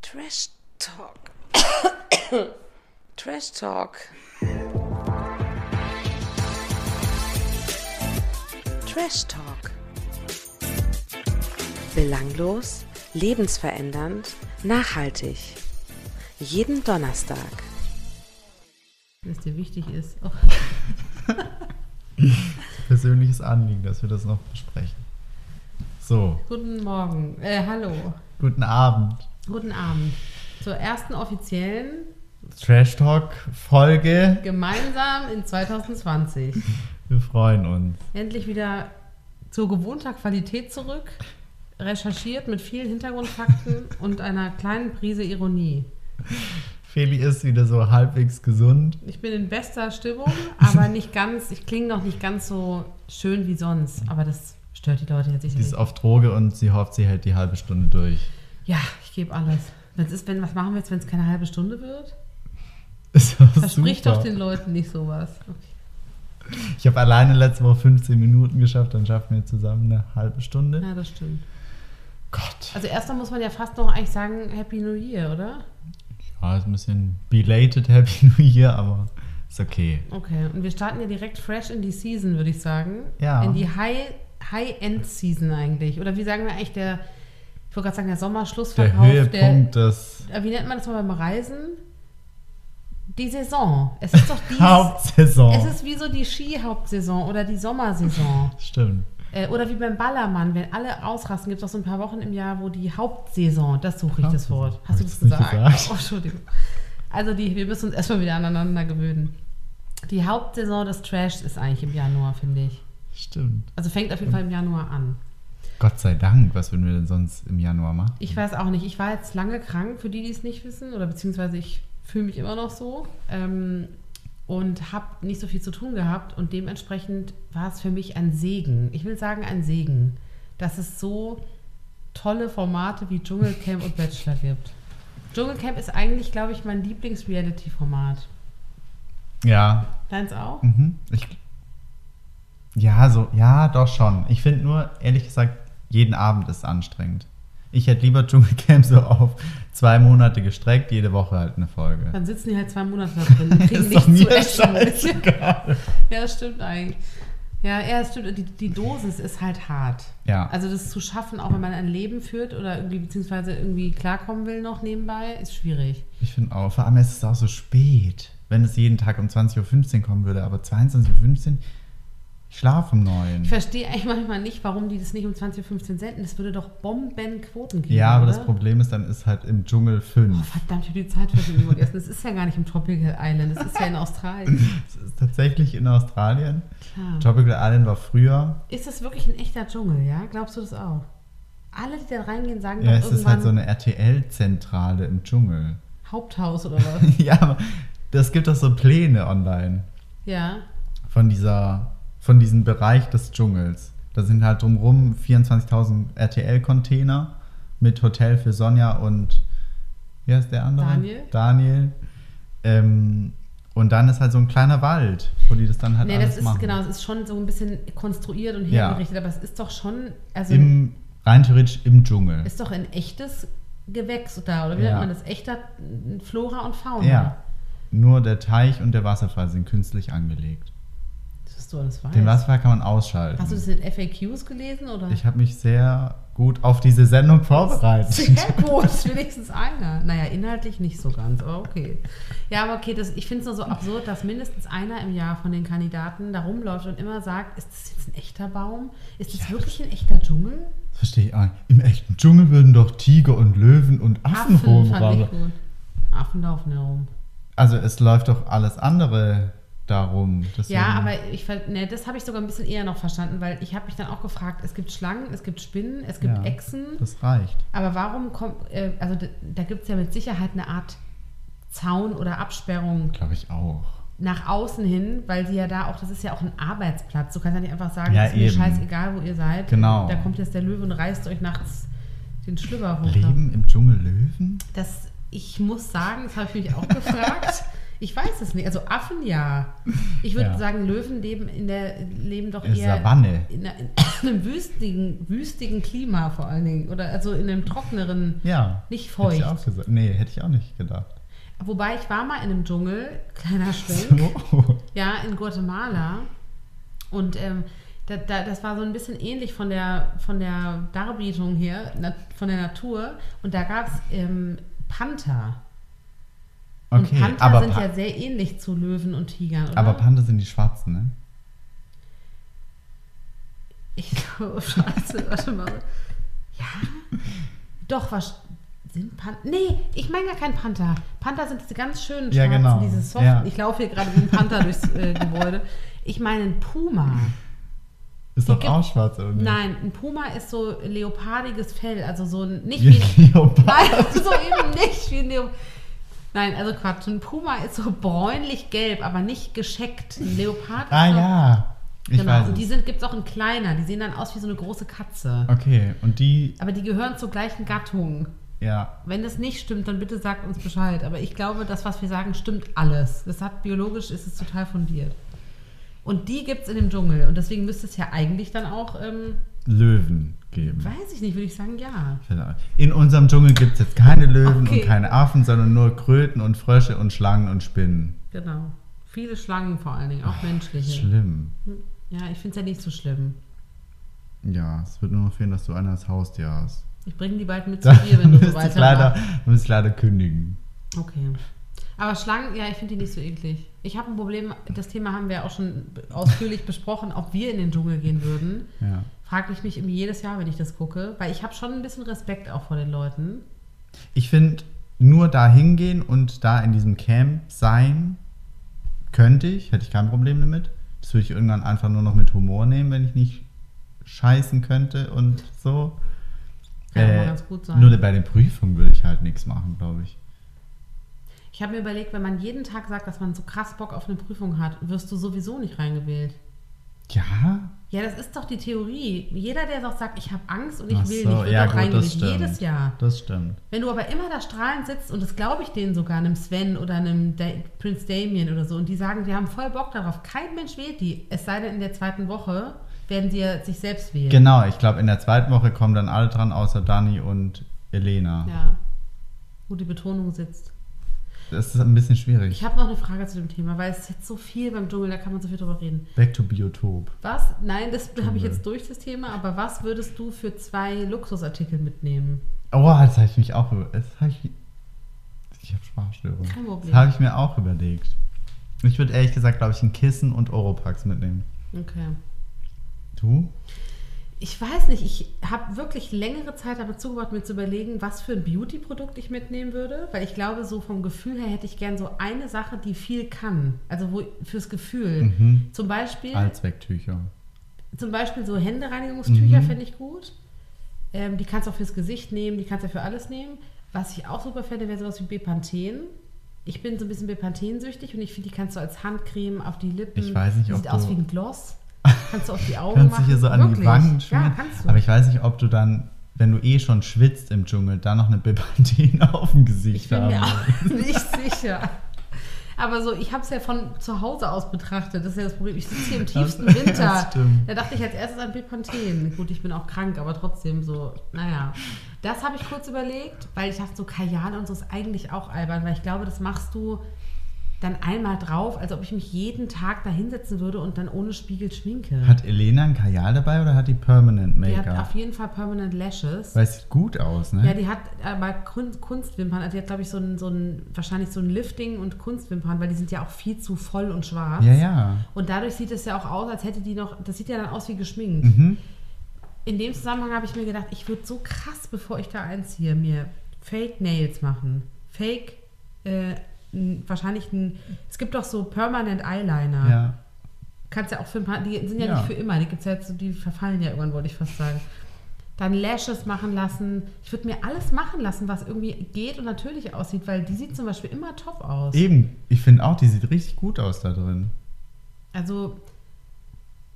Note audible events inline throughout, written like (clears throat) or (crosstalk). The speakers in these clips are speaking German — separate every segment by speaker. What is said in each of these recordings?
Speaker 1: Trash Talk. Trash Talk. Trash Talk. Belanglos, lebensverändernd, nachhaltig. Jeden Donnerstag.
Speaker 2: dass dir wichtig ist. Oh,
Speaker 3: persönliches Anliegen, dass wir das noch besprechen. So,
Speaker 2: guten Morgen, äh, hallo,
Speaker 3: guten Abend.
Speaker 2: guten Abend. Zur ersten offiziellen
Speaker 3: Trash Talk Folge.
Speaker 2: gemeinsam in 2020.
Speaker 3: Wir freuen uns.
Speaker 2: Endlich wieder zur gewohnter Qualität zurück, recherchiert mit vielen
Speaker 3: (laughs)
Speaker 2: Hintergrundfakten und einer kleinen Prise Ironie.
Speaker 3: Feli ist wieder so halbwegs gesund.
Speaker 2: Ich bin in bester
Speaker 3: (laughs)
Speaker 2: Stimmung, aber nicht ganz, ich klinge noch nicht ganz so schön wie sonst, aber das stört die Leute jetzt
Speaker 3: Sie ist
Speaker 2: sicherlich.
Speaker 3: auf Droge und sie hofft, sie hält die halbe Stunde durch. (laughs)
Speaker 2: Ja, ich gebe alles. Wenn's ist, wenn, was machen wir jetzt, wenn es keine halbe Stunde wird?
Speaker 3: Ist doch
Speaker 2: Versprich
Speaker 3: super.
Speaker 2: doch den Leuten nicht sowas. Okay.
Speaker 3: Ich habe alleine letzte Woche 15 Minuten geschafft, dann schaffen wir zusammen eine halbe Stunde.
Speaker 2: Ja, das stimmt.
Speaker 3: Gott.
Speaker 2: Also erstmal muss man ja fast noch eigentlich sagen Happy New Year, oder?
Speaker 3: Ja, ist ein bisschen belated Happy New Year, aber ist okay.
Speaker 2: Okay, und wir starten ja direkt fresh in die Season, würde ich sagen.
Speaker 3: Ja.
Speaker 2: In die High- High-End-Season eigentlich. Oder wie sagen wir eigentlich der, ich wollte gerade sagen, der
Speaker 3: Der
Speaker 2: Sommerschlussverkauf.
Speaker 3: Höhepunkt des
Speaker 2: Der, äh, wie nennt man das mal beim Reisen? Die Saison. Es ist doch die...
Speaker 3: Hauptsaison.
Speaker 2: Es ist wie so die Ski-Hauptsaison oder die Sommersaison.
Speaker 3: Stimmt.
Speaker 2: Äh, oder wie beim Ballermann, wenn alle ausrasten, gibt es auch so ein paar Wochen im Jahr, wo die Hauptsaison, das suche ich das
Speaker 3: Hauptsaison.
Speaker 2: Wort.
Speaker 3: Hab
Speaker 2: Hast du
Speaker 3: ich
Speaker 2: das
Speaker 3: das nicht
Speaker 2: gesagt?
Speaker 3: gesagt?
Speaker 2: Oh, Entschuldigung. Also die, wir müssen uns erstmal wieder aneinander gewöhnen. Die Hauptsaison des Trash ist eigentlich im Januar, finde ich.
Speaker 3: Stimmt.
Speaker 2: Also fängt auf
Speaker 3: Hm.
Speaker 2: jeden Fall im Januar an.
Speaker 3: Gott sei Dank, was würden wir denn sonst im Januar machen?
Speaker 2: Ich weiß auch nicht, ich war jetzt lange krank, für die, die es nicht wissen, oder beziehungsweise ich fühle mich immer noch so ähm, und habe nicht so viel zu tun gehabt und dementsprechend war es für mich ein Segen. Ich will sagen ein Segen, dass es so tolle Formate wie Dschungelcamp und Bachelor gibt. Dschungelcamp ist eigentlich, glaube ich, mein Lieblings-Reality-Format.
Speaker 3: Ja,
Speaker 2: Deins auch?
Speaker 3: Mhm. Ich, ja, so, ja, doch schon. Ich finde nur, ehrlich gesagt, jeden Abend ist anstrengend. Ich hätte lieber (laughs) Dschungelcamp so auf zwei Monate gestreckt, jede Woche halt eine Folge.
Speaker 2: Dann sitzen die halt zwei Monate da
Speaker 3: (laughs)
Speaker 2: drin und kriegen
Speaker 3: Ist doch
Speaker 2: nichts zu
Speaker 3: mir
Speaker 2: essen. ja, das stimmt eigentlich. Ja, ja, das stimmt. Die, die Dosis ist halt hart.
Speaker 3: Ja.
Speaker 2: Also das zu schaffen, auch wenn man ein Leben führt oder irgendwie beziehungsweise irgendwie klarkommen will noch nebenbei, ist schwierig.
Speaker 3: Ich finde auch, vor allem ist es auch so spät, wenn es jeden Tag um 20.15 Uhr kommen würde, aber 22.15 Uhr, ich schlafe um neun.
Speaker 2: Ich verstehe eigentlich manchmal nicht, warum die das nicht um 20.15 Uhr senden. Das würde doch Bombenquoten geben.
Speaker 3: Ja, aber
Speaker 2: oder?
Speaker 3: das Problem ist, dann ist halt im Dschungel
Speaker 2: Oh,
Speaker 3: 5.
Speaker 2: verdammt, ich habe die Zeit vergessen. Das ist ja gar nicht im Tropical Island, das ist ja in
Speaker 3: (laughs)
Speaker 2: Australien.
Speaker 3: Das ist tatsächlich in Australien.
Speaker 2: Klar.
Speaker 3: Tropical Island war früher
Speaker 2: Ist das wirklich ein echter Dschungel, ja? Glaubst du das auch? Alle, die da reingehen, sagen doch
Speaker 3: Ja, es
Speaker 2: irgendwann
Speaker 3: ist halt so eine RTL-Zentrale im Dschungel. (laughs)
Speaker 2: Haupthaus oder was?
Speaker 3: ja, aber das gibt doch so Pläne online
Speaker 2: ja.
Speaker 3: von dieser, von diesem Bereich des Dschungels. Da sind halt drumrum 24.000 RTL-Container mit Hotel für Sonja und wie heißt der andere?
Speaker 2: Daniel.
Speaker 3: Daniel. Ähm, und dann ist halt so ein kleiner Wald, wo die das dann halt
Speaker 2: Nee,
Speaker 3: alles
Speaker 2: das ist
Speaker 3: machen.
Speaker 2: genau, es ist schon so ein bisschen konstruiert und
Speaker 3: Ja.
Speaker 2: hergerichtet, aber es ist doch schon, also
Speaker 3: Im, rein theoretisch im Dschungel.
Speaker 2: ist doch ein echtes Gewächs da, oder wie
Speaker 3: Ja.
Speaker 2: nennt man das? Echter äh, Flora und Fauna.
Speaker 3: ja. Nur der Teich und der Wasserfall sind künstlich angelegt.
Speaker 2: Das ist so alles weiß.
Speaker 3: Den Wasserfall kann man ausschalten.
Speaker 2: Hast du das in FAQs gelesen oder?
Speaker 3: Ich habe mich sehr gut auf diese Sendung
Speaker 2: (laughs)
Speaker 3: vorbereitet.
Speaker 2: Sehr gut, wenigstens einer. Naja, inhaltlich nicht so ganz, aber okay. Ja, aber okay, das, ich finde es nur so absurd, dass mindestens einer im Jahr von den Kandidaten da rumläuft und immer sagt, ist das jetzt ein echter Baum? Ist das
Speaker 3: Ja.
Speaker 2: wirklich ein echter Dschungel?
Speaker 3: (laughs) Verstehe ich auch. nicht. Im echten Dschungel würden doch Tiger und Löwen und Affen
Speaker 2: fand ich
Speaker 3: rumrennen.
Speaker 2: gut. ne, Affen laufen herum.
Speaker 3: Also es läuft doch alles andere darum. Deswegen-
Speaker 2: Ja, aber ich ver- ne, das habe ich sogar ein bisschen eher noch verstanden, weil ich habe mich dann auch gefragt, es gibt Schlangen, es gibt Spinnen, es gibt
Speaker 3: Ja,
Speaker 2: Echsen,
Speaker 3: Das reicht.
Speaker 2: aber warum kommt, äh, also d- da gibt es ja mit Sicherheit eine Art Zaun oder Absperrung
Speaker 3: Glaube ich auch.
Speaker 2: nach außen hin, weil sie ja da auch, das ist ja auch ein Arbeitsplatz. Du kannst ja nicht einfach sagen,
Speaker 3: Ja,
Speaker 2: ist mir
Speaker 3: eben.
Speaker 2: scheißegal, wo ihr seid.
Speaker 3: Genau.
Speaker 2: Da kommt jetzt der Löwe und reißt euch nachts den Schlüpper hoch.
Speaker 3: Leben im Dschungel Löwen?
Speaker 2: Das, ich muss sagen, das habe ich mich auch gefragt. Ich weiß es nicht. Also Affen ja. Ich würde
Speaker 3: Ja.
Speaker 2: sagen, Löwen leben in der leben doch
Speaker 3: In
Speaker 2: eher
Speaker 3: Äh, Savanne.
Speaker 2: in, einer- in einem wüstigen, wüstigen Klima vor allen Dingen oder also in einem trockeneren.
Speaker 3: Ja.
Speaker 2: Nicht
Speaker 3: Hätte ich
Speaker 2: feucht.
Speaker 3: auch gesagt. Nee, hätte ich auch nicht gedacht.
Speaker 2: Wobei ich war mal in einem Dschungel, kleiner Schwenk.
Speaker 3: (laughs) So.
Speaker 2: Ja, in Guatemala. Und ähm, da, da, das war so ein bisschen ähnlich von der, von der Darbietung her, na, von der Natur. Und da gab es ähm, Panther. Und
Speaker 3: Okay,
Speaker 2: Panther
Speaker 3: aber,
Speaker 2: sind
Speaker 3: Pa-
Speaker 2: ja sehr ähnlich zu Löwen und Tigern, oder?
Speaker 3: aber Panda sind die Schwarzen, ne?
Speaker 2: ich glaube, (laughs) scheiße, warte mal. Ja, doch, was... Sind Panther? Nee, ich meine gar kein Panther. Panther sind diese ganz schönen
Speaker 3: Ja,
Speaker 2: Schwarzen,
Speaker 3: genau.
Speaker 2: diese Soft.
Speaker 3: Ja.
Speaker 2: Ich laufe hier gerade wie ein Panther durchs äh, Gebäude. Ich meine einen Puma.
Speaker 3: Ist
Speaker 2: Die
Speaker 3: doch
Speaker 2: gibt-
Speaker 3: auch schwarz, oder nicht?
Speaker 2: Nein, ein Puma ist so leopardiges Fell, also so ein nicht wie
Speaker 3: (laughs) Die Leoparden.
Speaker 2: Nein, (laughs) so eben nicht wie ein Leopard. Nein, also Quatsch, ein Puma ist so bräunlich gelb, aber nicht gescheckt. Ein Leopard ist
Speaker 3: Ah
Speaker 2: so,
Speaker 3: ja. Ich
Speaker 2: genau,
Speaker 3: weiß
Speaker 2: und die
Speaker 3: es.
Speaker 2: sind gibt's auch in kleiner, die sehen dann aus wie so eine große Katze.
Speaker 3: Okay, und die,
Speaker 2: Aber die gehören zur gleichen Gattung.
Speaker 3: ja,
Speaker 2: Wenn das nicht stimmt, dann bitte sagt uns Bescheid, aber ich glaube, das was wir sagen, stimmt alles. Das hat biologisch ist es total fundiert. Und die gibt's in dem Dschungel und deswegen müsste es ja eigentlich dann auch ähm,
Speaker 3: Löwen geben.
Speaker 2: Weiß ich nicht, würde ich sagen, ja.
Speaker 3: Verdammt. In unserem Dschungel gibt es jetzt keine Löwen
Speaker 2: Okay.
Speaker 3: und keine Affen, sondern nur Kröten und Frösche und Schlangen und Spinnen.
Speaker 2: Genau. Viele Schlangen vor allen Dingen, auch menschliche. Hm.
Speaker 3: Schlimm.
Speaker 2: Ja, ich finde es ja nicht so schlimm.
Speaker 3: Ja, es wird nur noch fehlen, dass du einer als Haustier hast.
Speaker 2: Ich bringe die bald
Speaker 3: (laughs)
Speaker 2: mit zu
Speaker 3: Dann
Speaker 2: dir, wenn du so
Speaker 3: müsste ich, leider,
Speaker 2: weitermachst.
Speaker 3: müsste ich leider kündigen.
Speaker 2: Okay. Aber Schlangen, ja, ich finde die nicht so eklig. Ich habe ein Problem, das Thema haben wir auch schon be- ausführlich besprochen, ob wir in den Dschungel gehen würden.
Speaker 3: Ja.
Speaker 2: Frage ich mich immer um jedes Jahr, wenn ich das gucke, weil ich habe schon ein bisschen Respekt auch vor den Leuten.
Speaker 3: Ich finde, nur da hingehen und da in diesem Camp sein, könnte ich, hätte ich kein Problem damit. Das würde ich irgendwann einfach nur noch mit Humor nehmen, wenn ich nicht scheißen könnte und so.
Speaker 2: Kann auch mal ganz gut sein.
Speaker 3: Äh, Nur ne- bei den Prüfungen würde ich halt nichts machen, glaube ich.
Speaker 2: Ich habe mir überlegt, wenn man jeden Tag sagt, dass man so krass Bock auf eine Prüfung hat, wirst du sowieso nicht reingewählt.
Speaker 3: Ja,
Speaker 2: Ja, das ist doch die Theorie. Jeder, der doch sagt, ich habe Angst und ich
Speaker 3: Ach
Speaker 2: will
Speaker 3: so,
Speaker 2: nicht, wird
Speaker 3: ja,
Speaker 2: doch
Speaker 3: gut, das
Speaker 2: reingewählt.
Speaker 3: stimmt.
Speaker 2: Jedes Jahr.
Speaker 3: das stimmt.
Speaker 2: Wenn du aber immer da strahlend sitzt, und das glaube ich denen sogar, einem Sven oder einem da Prince Damien oder so, und die sagen, wir haben voll Bock darauf. Kein Mensch wählt die. Es sei denn, in der zweiten Woche werden sie ja sich selbst wählen.
Speaker 3: Genau, ich glaube, in der zweiten Woche kommen dann alle dran, außer Dani und Elena.
Speaker 2: Ja. Wo die Betonung sitzt.
Speaker 3: Das ist ein bisschen
Speaker 2: Ich
Speaker 3: schwierig.
Speaker 2: habe noch eine Frage zu dem Thema, weil es ist jetzt so viel beim Dschungel, da kann man so viel drüber reden.
Speaker 3: Back to Biotop.
Speaker 2: Was, nein, das habe ich
Speaker 3: Dschungel.
Speaker 2: jetzt durch das Thema, aber was würdest du für zwei Luxusartikel mitnehmen?
Speaker 3: Oh, das habe ich mich auch über. Das hab ich ich habe Sprachstörung.
Speaker 2: Kein Problem.
Speaker 3: Das habe ich mir auch überlegt. Ich würde ehrlich gesagt, glaube ich, ein Kissen und Oropax mitnehmen.
Speaker 2: Okay.
Speaker 3: Du?
Speaker 2: Ich weiß nicht, ich habe wirklich längere Zeit damit zugebracht, mir zu überlegen, was für ein Beauty-Produkt ich mitnehmen würde, weil ich glaube, so vom Gefühl her hätte ich gern so eine Sache, die viel kann. Also wo, fürs Gefühl.
Speaker 3: Mhm.
Speaker 2: Zum, Beispiel,
Speaker 3: Allzwecktücher.
Speaker 2: zum Beispiel so Händereinigungstücher
Speaker 3: Mhm.
Speaker 2: finde ich gut. Ähm, die kannst du auch fürs Gesicht nehmen, die kannst du ja für alles nehmen. Was ich auch super fände, wäre sowas wie Bepanthen. Ich bin so ein bisschen Bepanthen-süchtig und ich finde, die kannst du als Handcreme auf die Lippen.
Speaker 3: Ich weiß nicht,
Speaker 2: die
Speaker 3: ob
Speaker 2: Sieht aus
Speaker 3: du-
Speaker 2: wie ein
Speaker 3: (laughs)
Speaker 2: Gloss. Kannst du auf die Augen
Speaker 3: Kannst
Speaker 2: machen.
Speaker 3: dich hier so an die
Speaker 2: Wirklich.
Speaker 3: Wangen schmieren.
Speaker 2: Ja, kannst du.
Speaker 3: Aber ich weiß nicht, ob du dann, wenn du eh schon schwitzt im Dschungel, dann noch eine Bepantine (laughs) auf dem Gesicht
Speaker 2: Ich bin mir
Speaker 3: haben. (laughs)
Speaker 2: auch nicht sicher. Aber so, ich habe es ja von zu Hause aus betrachtet. Das ist ja das Problem. Ich sitze hier im
Speaker 3: (laughs)
Speaker 2: tiefsten
Speaker 3: Das-
Speaker 2: Winter.
Speaker 3: das stimmt.
Speaker 2: Da dachte ich als erstes an Bepanthen. Gut, ich bin auch krank, aber trotzdem so, naja. Das habe ich kurz überlegt, weil ich dachte, so Kajal und so ist eigentlich auch albern, weil ich glaube, das machst du dann einmal drauf, als ob ich mich jeden Tag da hinsetzen würde und dann ohne Spiegel schminke.
Speaker 3: Hat Elena ein Kajal dabei oder hat die Permanent
Speaker 2: Die hat
Speaker 3: Make-up?
Speaker 2: auf jeden Fall Permanent Lashes.
Speaker 3: Weil es sieht gut aus, ne?
Speaker 2: Ja, die hat aber Kun- Kunstwimpern. Also die hat, glaube ich, so ein, so ein, wahrscheinlich so ein Lifting und Kunstwimpern, weil die sind ja auch viel zu voll und schwarz.
Speaker 3: ja, ja.
Speaker 2: Und dadurch sieht es ja auch aus, als hätte die noch, das sieht ja dann aus wie geschminkt.
Speaker 3: Mhm.
Speaker 2: In dem Zusammenhang habe ich mir gedacht, ich würde so krass, bevor ich da einziehe, mir Fake Nails machen. Fake, äh, n- wahrscheinlich ein, es gibt doch so Permanent Eyeliner.
Speaker 3: Ja.
Speaker 2: Kannst ja auch für ein paar, die sind ja,
Speaker 3: Ja.
Speaker 2: nicht für immer, die gibt's ja jetzt, so- die verfallen ja irgendwann, wollte ich fast sagen. Dann Lashes machen lassen. Ich würde mir alles machen lassen, was irgendwie geht und natürlich aussieht, weil die sieht zum Beispiel immer top aus.
Speaker 3: Eben, ich finde auch, die sieht richtig gut aus da drin.
Speaker 2: Also,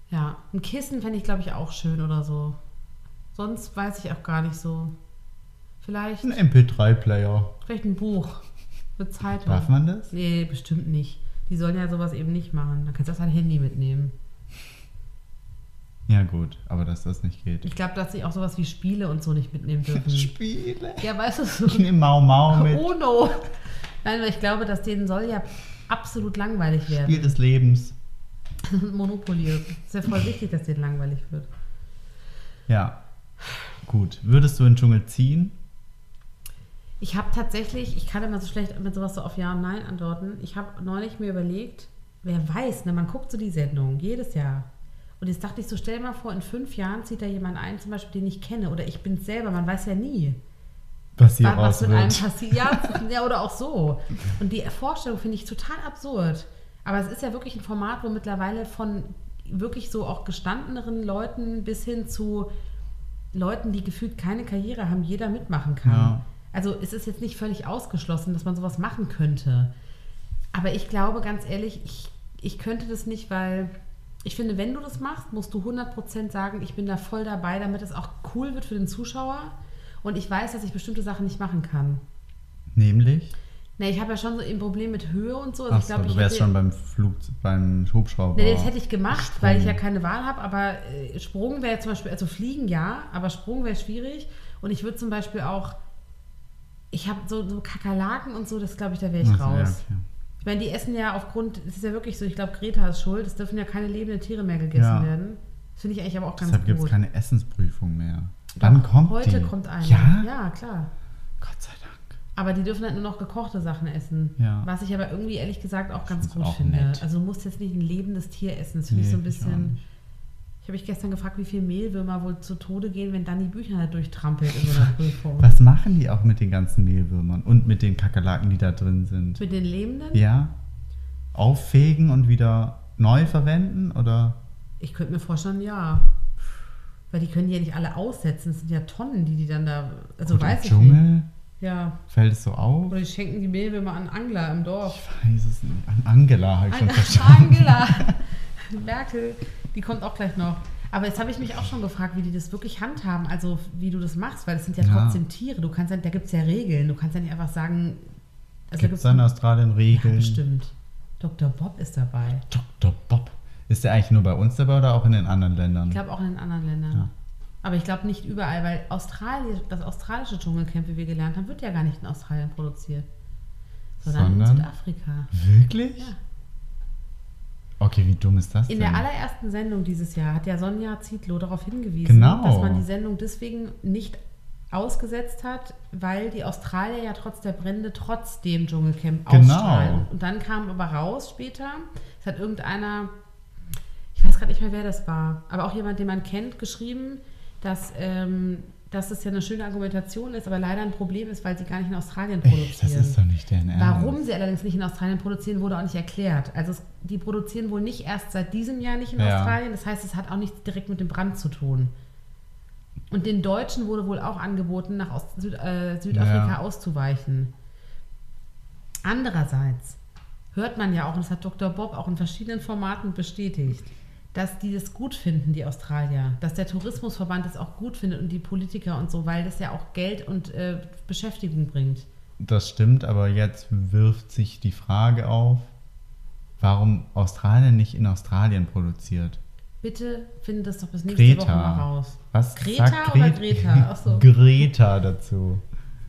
Speaker 2: ja, ein Kissen fände ich, glaube ich, auch schön oder so. Sonst weiß ich auch gar nicht so. Vielleicht,
Speaker 3: Ein MP3-Player.
Speaker 2: vielleicht ein Buch. bezahlt werden.
Speaker 3: Darf man das?
Speaker 2: Nee, bestimmt nicht. Die sollen ja sowas eben nicht machen. Dann kannst du auch dein Handy mitnehmen.
Speaker 3: Ja, gut, aber dass das nicht geht.
Speaker 2: Ich glaube, dass sie auch sowas wie Spiele und so nicht mitnehmen
Speaker 3: (laughs)
Speaker 2: dürfen.
Speaker 3: Spiele.
Speaker 2: ja, weißt du so.
Speaker 3: Ich nehme Mau Mau mit.
Speaker 2: Oh no. Nein, weil ich glaube, dass denen soll ja absolut langweilig werden.
Speaker 3: Spiel des Lebens.
Speaker 2: (laughs) Monopoly. Ist ja voll wichtig, dass denen langweilig wird.
Speaker 3: Ja. Gut. Würdest du in den Dschungel ziehen?
Speaker 2: Ich habe tatsächlich, ich kann immer so schlecht mit sowas so auf Ja und Nein antworten. Ich habe neulich mir überlegt, wer weiß, ne, man guckt so die Sendung jedes Jahr. Und jetzt dachte ich so, stell dir mal vor, in fünf Jahren zieht da jemand ein, zum Beispiel, den ich kenne. Oder ich bin selber, man weiß ja nie,
Speaker 3: Was hier
Speaker 2: was,
Speaker 3: raus
Speaker 2: was mit einem
Speaker 3: wird.
Speaker 2: passiert. Ja, ja, (laughs) oder auch so. Und die Vorstellung finde ich total absurd. Aber es ist ja wirklich ein Format, wo mittlerweile von wirklich so auch gestandeneren Leuten bis hin zu Leuten, die gefühlt keine Karriere haben, jeder mitmachen kann.
Speaker 3: Ja.
Speaker 2: Also es ist jetzt nicht völlig ausgeschlossen, dass man sowas machen könnte. Aber ich glaube ganz ehrlich, ich, ich könnte das nicht, weil ich finde, wenn du das machst, musst du 100% sagen, ich bin da voll dabei, damit es auch cool wird für den Zuschauer. Und ich weiß, dass ich bestimmte Sachen nicht machen kann.
Speaker 3: Nämlich?
Speaker 2: Na, ich habe ja schon so ein Problem mit Höhe und so. Also ich
Speaker 3: Achso,
Speaker 2: glaube, ich
Speaker 3: du wärst
Speaker 2: hätte-
Speaker 3: schon beim Flug, beim Hubschrauber.
Speaker 2: Nee, das hätte ich gemacht,
Speaker 3: Sprung.
Speaker 2: weil ich ja keine Wahl habe, aber äh, Sprung wäre zum Beispiel, also Fliegen ja, aber Sprung wäre schwierig und ich würde zum Beispiel auch, ich habe so, so Kakerlaken und so, das glaube ich, da wäre ich
Speaker 3: Ach so,
Speaker 2: raus.
Speaker 3: ja, okay.
Speaker 2: Ich meine, die essen ja aufgrund, es ist ja wirklich so, ich glaube, Greta ist schuld, es dürfen ja keine lebenden Tiere mehr gegessen
Speaker 3: Ja.
Speaker 2: werden. Das finde ich eigentlich aber auch ganz
Speaker 3: Deshalb gibt es
Speaker 2: gut.
Speaker 3: keine Essensprüfung mehr. Wann kommt
Speaker 2: Heute
Speaker 3: die?
Speaker 2: kommt eine.
Speaker 3: Ja?
Speaker 2: ja, klar.
Speaker 3: Gott sei Dank.
Speaker 2: Aber die dürfen halt nur noch gekochte Sachen essen.
Speaker 3: Ja.
Speaker 2: Was ich aber irgendwie ehrlich gesagt auch ganz
Speaker 3: find's
Speaker 2: gut
Speaker 3: auch
Speaker 2: finde.
Speaker 3: nett.
Speaker 2: Also du musst jetzt nicht ein lebendes Tier essen. Das finde ich
Speaker 3: Nee,
Speaker 2: so ein
Speaker 3: find ich auch
Speaker 2: bisschen.
Speaker 3: nicht.
Speaker 2: Ich habe mich gestern gefragt, wie viel Mehlwürmer wohl zu Tode gehen, wenn dann die Bücher halt durchtrampelt in
Speaker 3: (laughs)
Speaker 2: so einer Prüfung.
Speaker 3: Was machen die auch mit den ganzen Mehlwürmern und mit den Kakerlaken, die da drin sind?
Speaker 2: Mit den Lebenden?
Speaker 3: Ja? Auffegen und wieder neu verwenden oder?
Speaker 2: Ich könnte mir vorstellen, ja. Weil die können die ja nicht alle aussetzen. Es sind ja Tonnen, die die dann da. Also
Speaker 3: Gut,
Speaker 2: weiß
Speaker 3: Im
Speaker 2: ich nicht.
Speaker 3: Dschungel
Speaker 2: Ja.
Speaker 3: fällt es so auf?
Speaker 2: Oder die schenken die Mehlwürmer an Angler im Dorf.
Speaker 3: Ich weiß es nicht. An Angela habe ich schon
Speaker 2: An- (laughs)
Speaker 3: verstanden.
Speaker 2: Angela Merkel, die kommt auch gleich noch. Aber jetzt habe ich mich auch schon gefragt, wie die das wirklich handhaben, also wie du das machst, weil das sind ja,
Speaker 3: Ja.
Speaker 2: trotzdem Tiere. Du kannst ja, da gibt es ja Regeln. Du kannst ja nicht einfach sagen, also
Speaker 3: Gibt es in Australien
Speaker 2: ja,
Speaker 3: Regeln?
Speaker 2: bestimmt. Dr. Bob ist dabei.
Speaker 3: Dr. Bob. Ist der eigentlich nur bei uns dabei oder auch in den anderen Ländern?
Speaker 2: Ich glaube auch in den anderen Ländern.
Speaker 3: Ja.
Speaker 2: Aber ich glaube nicht überall, weil Australien, das australische Dschungelcamp, wie wir gelernt haben, wird ja gar nicht in Australien produziert, sondern, in
Speaker 3: Sondern?
Speaker 2: Südafrika.
Speaker 3: Wirklich?
Speaker 2: Ja.
Speaker 3: Okay, wie dumm ist das
Speaker 2: In
Speaker 3: denn?
Speaker 2: der allerersten Sendung dieses Jahr hat ja Sonja Zietlow darauf hingewiesen,
Speaker 3: Genau.
Speaker 2: dass man die Sendung deswegen nicht ausgesetzt hat, weil die Australier ja trotz der Brände trotzdem Dschungelcamp
Speaker 3: Genau.
Speaker 2: ausstrahlen. Und dann kam aber raus später, es hat irgendeiner, ich weiß gerade nicht mehr, wer das war, aber auch jemand, den man kennt, geschrieben, dass, ähm, dass es ja eine schöne Argumentation ist, aber leider ein Problem ist, weil sie gar nicht in Australien produzieren.
Speaker 3: Ey, das ist doch nicht deren Ernst.
Speaker 2: Warum sie allerdings nicht in Australien produzieren, wurde auch nicht erklärt. Also es, die produzieren wohl nicht erst seit diesem Jahr nicht in
Speaker 3: Ja.
Speaker 2: Australien. Das heißt, es hat auch nichts direkt mit dem Brand zu tun. Und den Deutschen wurde wohl auch angeboten, nach Ost Süd äh, Südafrika
Speaker 3: Ja.
Speaker 2: auszuweichen. Andererseits hört man ja auch, und das hat Dr. Bob auch in verschiedenen Formaten bestätigt, dass die das gut finden, die Australier. Dass der Tourismusverband das auch gut findet und die Politiker und so, weil das ja auch Geld und äh, Beschäftigung bringt.
Speaker 3: Das stimmt, aber jetzt wirft sich die Frage auf, warum Australien nicht in Australien produziert.
Speaker 2: Bitte findet das doch bis nächste Woche mal
Speaker 3: Greta.
Speaker 2: raus.
Speaker 3: Was
Speaker 2: Greta
Speaker 3: sagt
Speaker 2: oder
Speaker 3: Gre-
Speaker 2: Greta? Ach so.
Speaker 3: Greta dazu.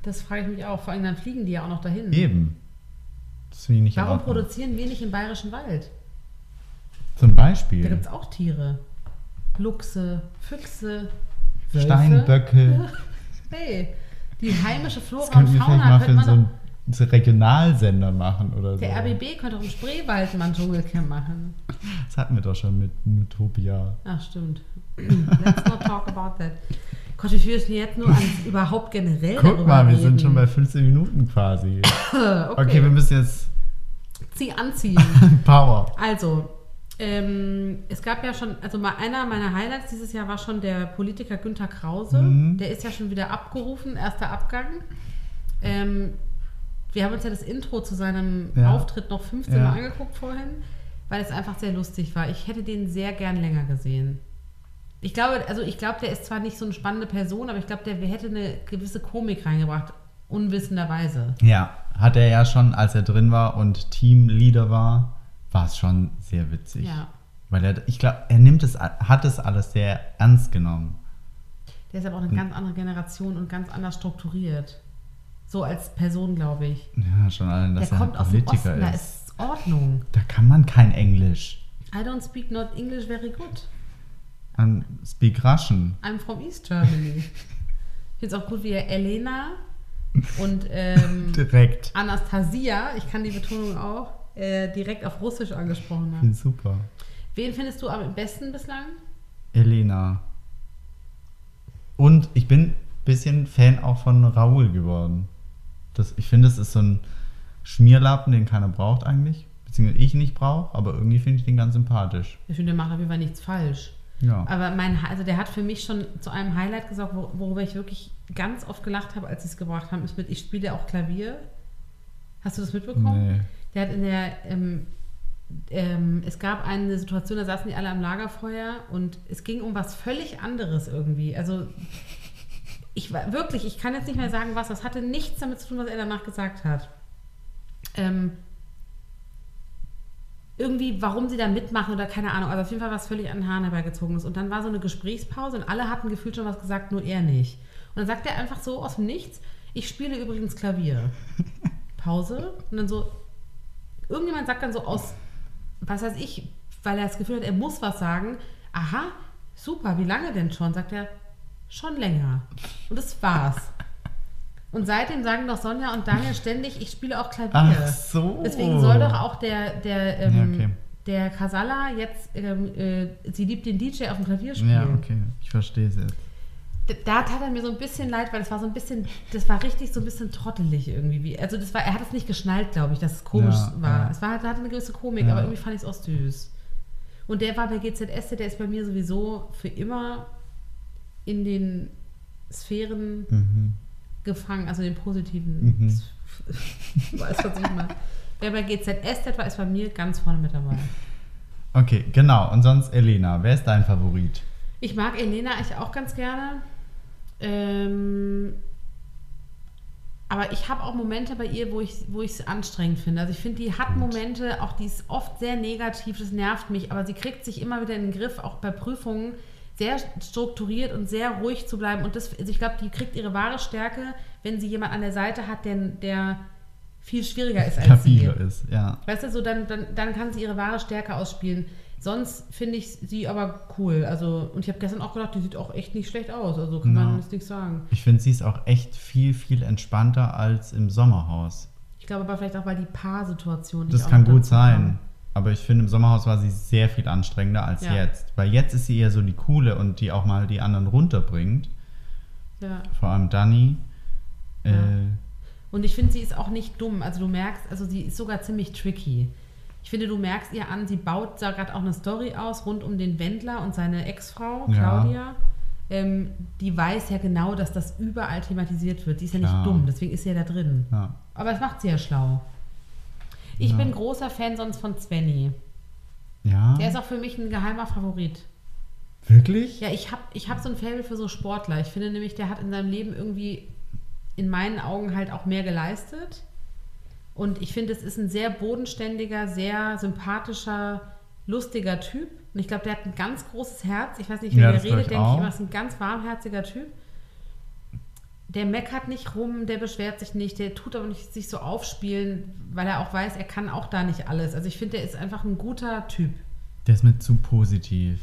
Speaker 2: Das frage ich mich auch. Vor allem dann fliegen die ja auch noch dahin.
Speaker 3: Eben. Das finde ich nicht in
Speaker 2: Hm. Warum
Speaker 3: Ordnung.
Speaker 2: produzieren wir nicht im Bayerischen Wald?
Speaker 3: Zum
Speaker 2: Da
Speaker 3: Beispiel
Speaker 2: gibt es auch Tiere. Luchse, Füchse, Wölfe.
Speaker 3: Steinböcke.
Speaker 2: (laughs) Hey, die heimische
Speaker 3: Das
Speaker 2: Flora und
Speaker 3: könnten wir vielleicht
Speaker 2: Fauna könnte
Speaker 3: mal für
Speaker 2: man
Speaker 3: so
Speaker 2: doch,
Speaker 3: einen so einen Regionalsender machen oder
Speaker 2: Der
Speaker 3: so.
Speaker 2: RBB könnte auch im Spreewald mal ein Dschungelcamp machen.
Speaker 3: Das hatten wir doch schon mit Utopia.
Speaker 2: Ach, stimmt. (clears throat) Let's not talk about that. Gott, wie viel ist denn jetzt nur ans überhaupt generell
Speaker 3: Guck
Speaker 2: darüber
Speaker 3: mal, wir
Speaker 2: reden? Äh,
Speaker 3: sind schon bei 15 Minuten quasi.
Speaker 2: (laughs) Okay,
Speaker 3: Okay, wir müssen jetzt (laughs)
Speaker 2: Zieh anziehen.
Speaker 3: Power.
Speaker 2: Also, ähm, es gab ja schon, also mal einer meiner Highlights dieses Jahr war schon der Politiker Günther Krause.
Speaker 3: Mhm.
Speaker 2: Der ist ja schon wieder abgerufen, erster Abgang. Ähm, wir haben uns ja das Intro zu seinem
Speaker 3: Ja.
Speaker 2: Auftritt noch 15
Speaker 3: Ja.
Speaker 2: Mal angeguckt vorhin, weil es einfach sehr lustig war. Ich hätte den sehr gern länger gesehen. Ich glaube, also ich glaube, der ist zwar nicht so eine spannende Person, aber ich glaube, der hätte eine gewisse Komik reingebracht, unwissenderweise.
Speaker 3: Ja, hat er ja schon, als er drin war und Teamleader war, war es schon sehr witzig.
Speaker 2: Ja.
Speaker 3: Weil er, ich glaube, er nimmt es, hat es alles sehr ernst genommen.
Speaker 2: Der ist aber auch
Speaker 3: Hm.
Speaker 2: eine ganz andere Generation und ganz anders strukturiert. So als Person, glaube ich.
Speaker 3: Ja, schon allein, dass
Speaker 2: der
Speaker 3: er
Speaker 2: kommt
Speaker 3: halt
Speaker 2: aus dem
Speaker 3: Politiker
Speaker 2: Osten, da
Speaker 3: ist.
Speaker 2: ist Ordnung.
Speaker 3: Da kann man kein Englisch.
Speaker 2: I don't speak not English very good.
Speaker 3: An Speak Russian.
Speaker 2: I'm from East
Speaker 3: (laughs)
Speaker 2: Germany. Ich finde es auch gut, wie er Elena und
Speaker 3: (laughs)
Speaker 2: ähm,
Speaker 3: Direkt.
Speaker 2: Anastasia, ich kann die Betonung auch, äh, direkt auf Russisch angesprochen
Speaker 3: Bin
Speaker 2: haben.
Speaker 3: super.
Speaker 2: Wen findest du am besten bislang?
Speaker 3: Elena. Und ich bin ein bisschen Fan auch von Raoul geworden. Das, ich finde, es ist so ein Schmierlappen, den keiner braucht eigentlich. Beziehungsweise ich nicht brauche, aber irgendwie finde ich den ganz sympathisch.
Speaker 2: Ich finde, der macht auf jeden Fall nichts falsch.
Speaker 3: Ja.
Speaker 2: Aber mein, also der hat für mich schon zu einem Highlight gesagt, wo- worüber ich wirklich ganz oft gelacht habe, als sie es gebracht haben, ist mit Ich spiele auch Klavier. Hast du das mitbekommen?
Speaker 3: Nee.
Speaker 2: Der hat in der, ähm, ähm, es gab eine Situation, da saßen die alle am Lagerfeuer und es ging um was völlig anderes irgendwie. Also ich war wirklich, ich kann jetzt nicht mehr sagen, was. Das hatte nichts damit zu tun, was er danach gesagt hat. Ähm, irgendwie, warum sie da mitmachen oder keine Ahnung. Also auf jeden Fall was völlig an den Haaren herbeigezogen ist. Und dann war so eine Gesprächspause und alle hatten gefühlt schon was gesagt, nur er nicht. Und dann sagt er einfach so aus dem Nichts, ich spiele übrigens Klavier. Pause. Und dann so, irgendjemand sagt dann so aus, was weiß ich, weil er das Gefühl hat, er muss was sagen. Aha, super, wie lange denn schon? Sagt er, schon länger. Und das war's. Und seitdem sagen doch Sonja und Daniel ständig, ich spiele auch Klavier.
Speaker 3: Ach so.
Speaker 2: Deswegen soll doch auch der, der, ähm,
Speaker 3: Oh. Ja, okay.
Speaker 2: der Casala jetzt, ähm, äh, sie liebt den DJ auf dem Klavier spielen.
Speaker 3: Ja, okay. Ich verstehe es jetzt.
Speaker 2: D- Da tat er mir so ein bisschen leid, weil das war so ein bisschen, das war richtig so ein bisschen trottelig irgendwie. wie- Also das war, er hat es nicht geschnallt, glaube ich, dass es komisch
Speaker 3: Ja,
Speaker 2: war.
Speaker 3: ja.
Speaker 2: Es war, hatte eine gewisse Komik,
Speaker 3: Ja.
Speaker 2: aber irgendwie fand ich es auch süß. Und der war bei GZS, der ist bei mir sowieso für immer in den Sphären
Speaker 3: Mhm.
Speaker 2: gefangen, also den positiven.
Speaker 3: Mhm.
Speaker 2: (laughs) Weiß, was ich meine. Wer bei GZS war, ist bei mir ganz vorne mit dabei.
Speaker 3: Okay, genau. Und sonst Elena. Wer ist dein Favorit?
Speaker 2: Ich mag Elena eigentlich auch ganz gerne. Ähm, aber ich habe auch Momente bei ihr, wo ich es wo ich's anstrengend finde. Also ich finde, die hat Momente, auch die ist oft sehr negativ, das nervt mich, aber sie kriegt sich immer wieder in den Griff, auch bei Prüfungen, sehr strukturiert und sehr ruhig zu bleiben. Und das, also ich glaube, die kriegt ihre wahre Stärke, wenn sie jemand an der Seite hat, der, der viel schwieriger ist als sie.
Speaker 3: Stabiler ist, ja.
Speaker 2: Weißt du, so dann, dann, dann kann sie ihre wahre Stärke ausspielen. Sonst finde ich sie aber cool. Also, und ich habe gestern auch gedacht, die sieht auch echt nicht schlecht aus. Also kann
Speaker 3: Ja.
Speaker 2: man jetzt nichts sagen.
Speaker 3: Ich finde, sie ist auch echt viel, viel entspannter als im Sommerhaus.
Speaker 2: Ich glaube aber vielleicht auch, weil die Paar-Situation nicht
Speaker 3: Das
Speaker 2: auch
Speaker 3: kann
Speaker 2: noch
Speaker 3: gut
Speaker 2: dazu
Speaker 3: sein.
Speaker 2: kam.
Speaker 3: Aber ich finde, im Sommerhaus war sie sehr viel anstrengender als
Speaker 2: Ja.
Speaker 3: jetzt. Weil jetzt ist sie eher so die Coole und die auch mal die anderen runterbringt.
Speaker 2: Ja.
Speaker 3: Vor allem Dani. Äh,
Speaker 2: Ja. Und ich finde, sie ist auch nicht dumm. Also du merkst, also sie ist sogar ziemlich tricky. Ich finde, du merkst ihr an, sie baut da gerade auch eine Story aus rund um den Wendler und seine Ex-Frau,
Speaker 3: Ja.
Speaker 2: Claudia. Ähm, die weiß ja genau, dass das überall thematisiert wird. Die ist ja nicht
Speaker 3: Klar.
Speaker 2: dumm, deswegen ist sie ja da drin.
Speaker 3: ja.
Speaker 2: Aber es macht sie ja schlau. Ich
Speaker 3: Ja.
Speaker 2: bin großer Fan sonst von Svenny.
Speaker 3: ja.
Speaker 2: Der ist auch für mich ein geheimer Favorit.
Speaker 3: Wirklich?
Speaker 2: Ja, ich habe ich hab so ein Faible für so Sportler. Ich finde nämlich, der hat in seinem Leben irgendwie in meinen Augen halt auch mehr geleistet. Und ich finde, es ist ein sehr bodenständiger, sehr sympathischer, lustiger Typ. Und ich glaube, der hat ein ganz großes Herz. Ich weiß nicht, wie
Speaker 3: Ja,
Speaker 2: der
Speaker 3: das glaub ich
Speaker 2: redet, denke ich
Speaker 3: auch.
Speaker 2: immer, ist ein ganz warmherziger Typ. Der meckert nicht rum, der beschwert sich nicht, der tut aber nicht sich so aufspielen, weil er auch weiß, er kann auch da nicht alles. Also ich finde, der ist einfach ein guter Typ.
Speaker 3: Der ist mir zu positiv.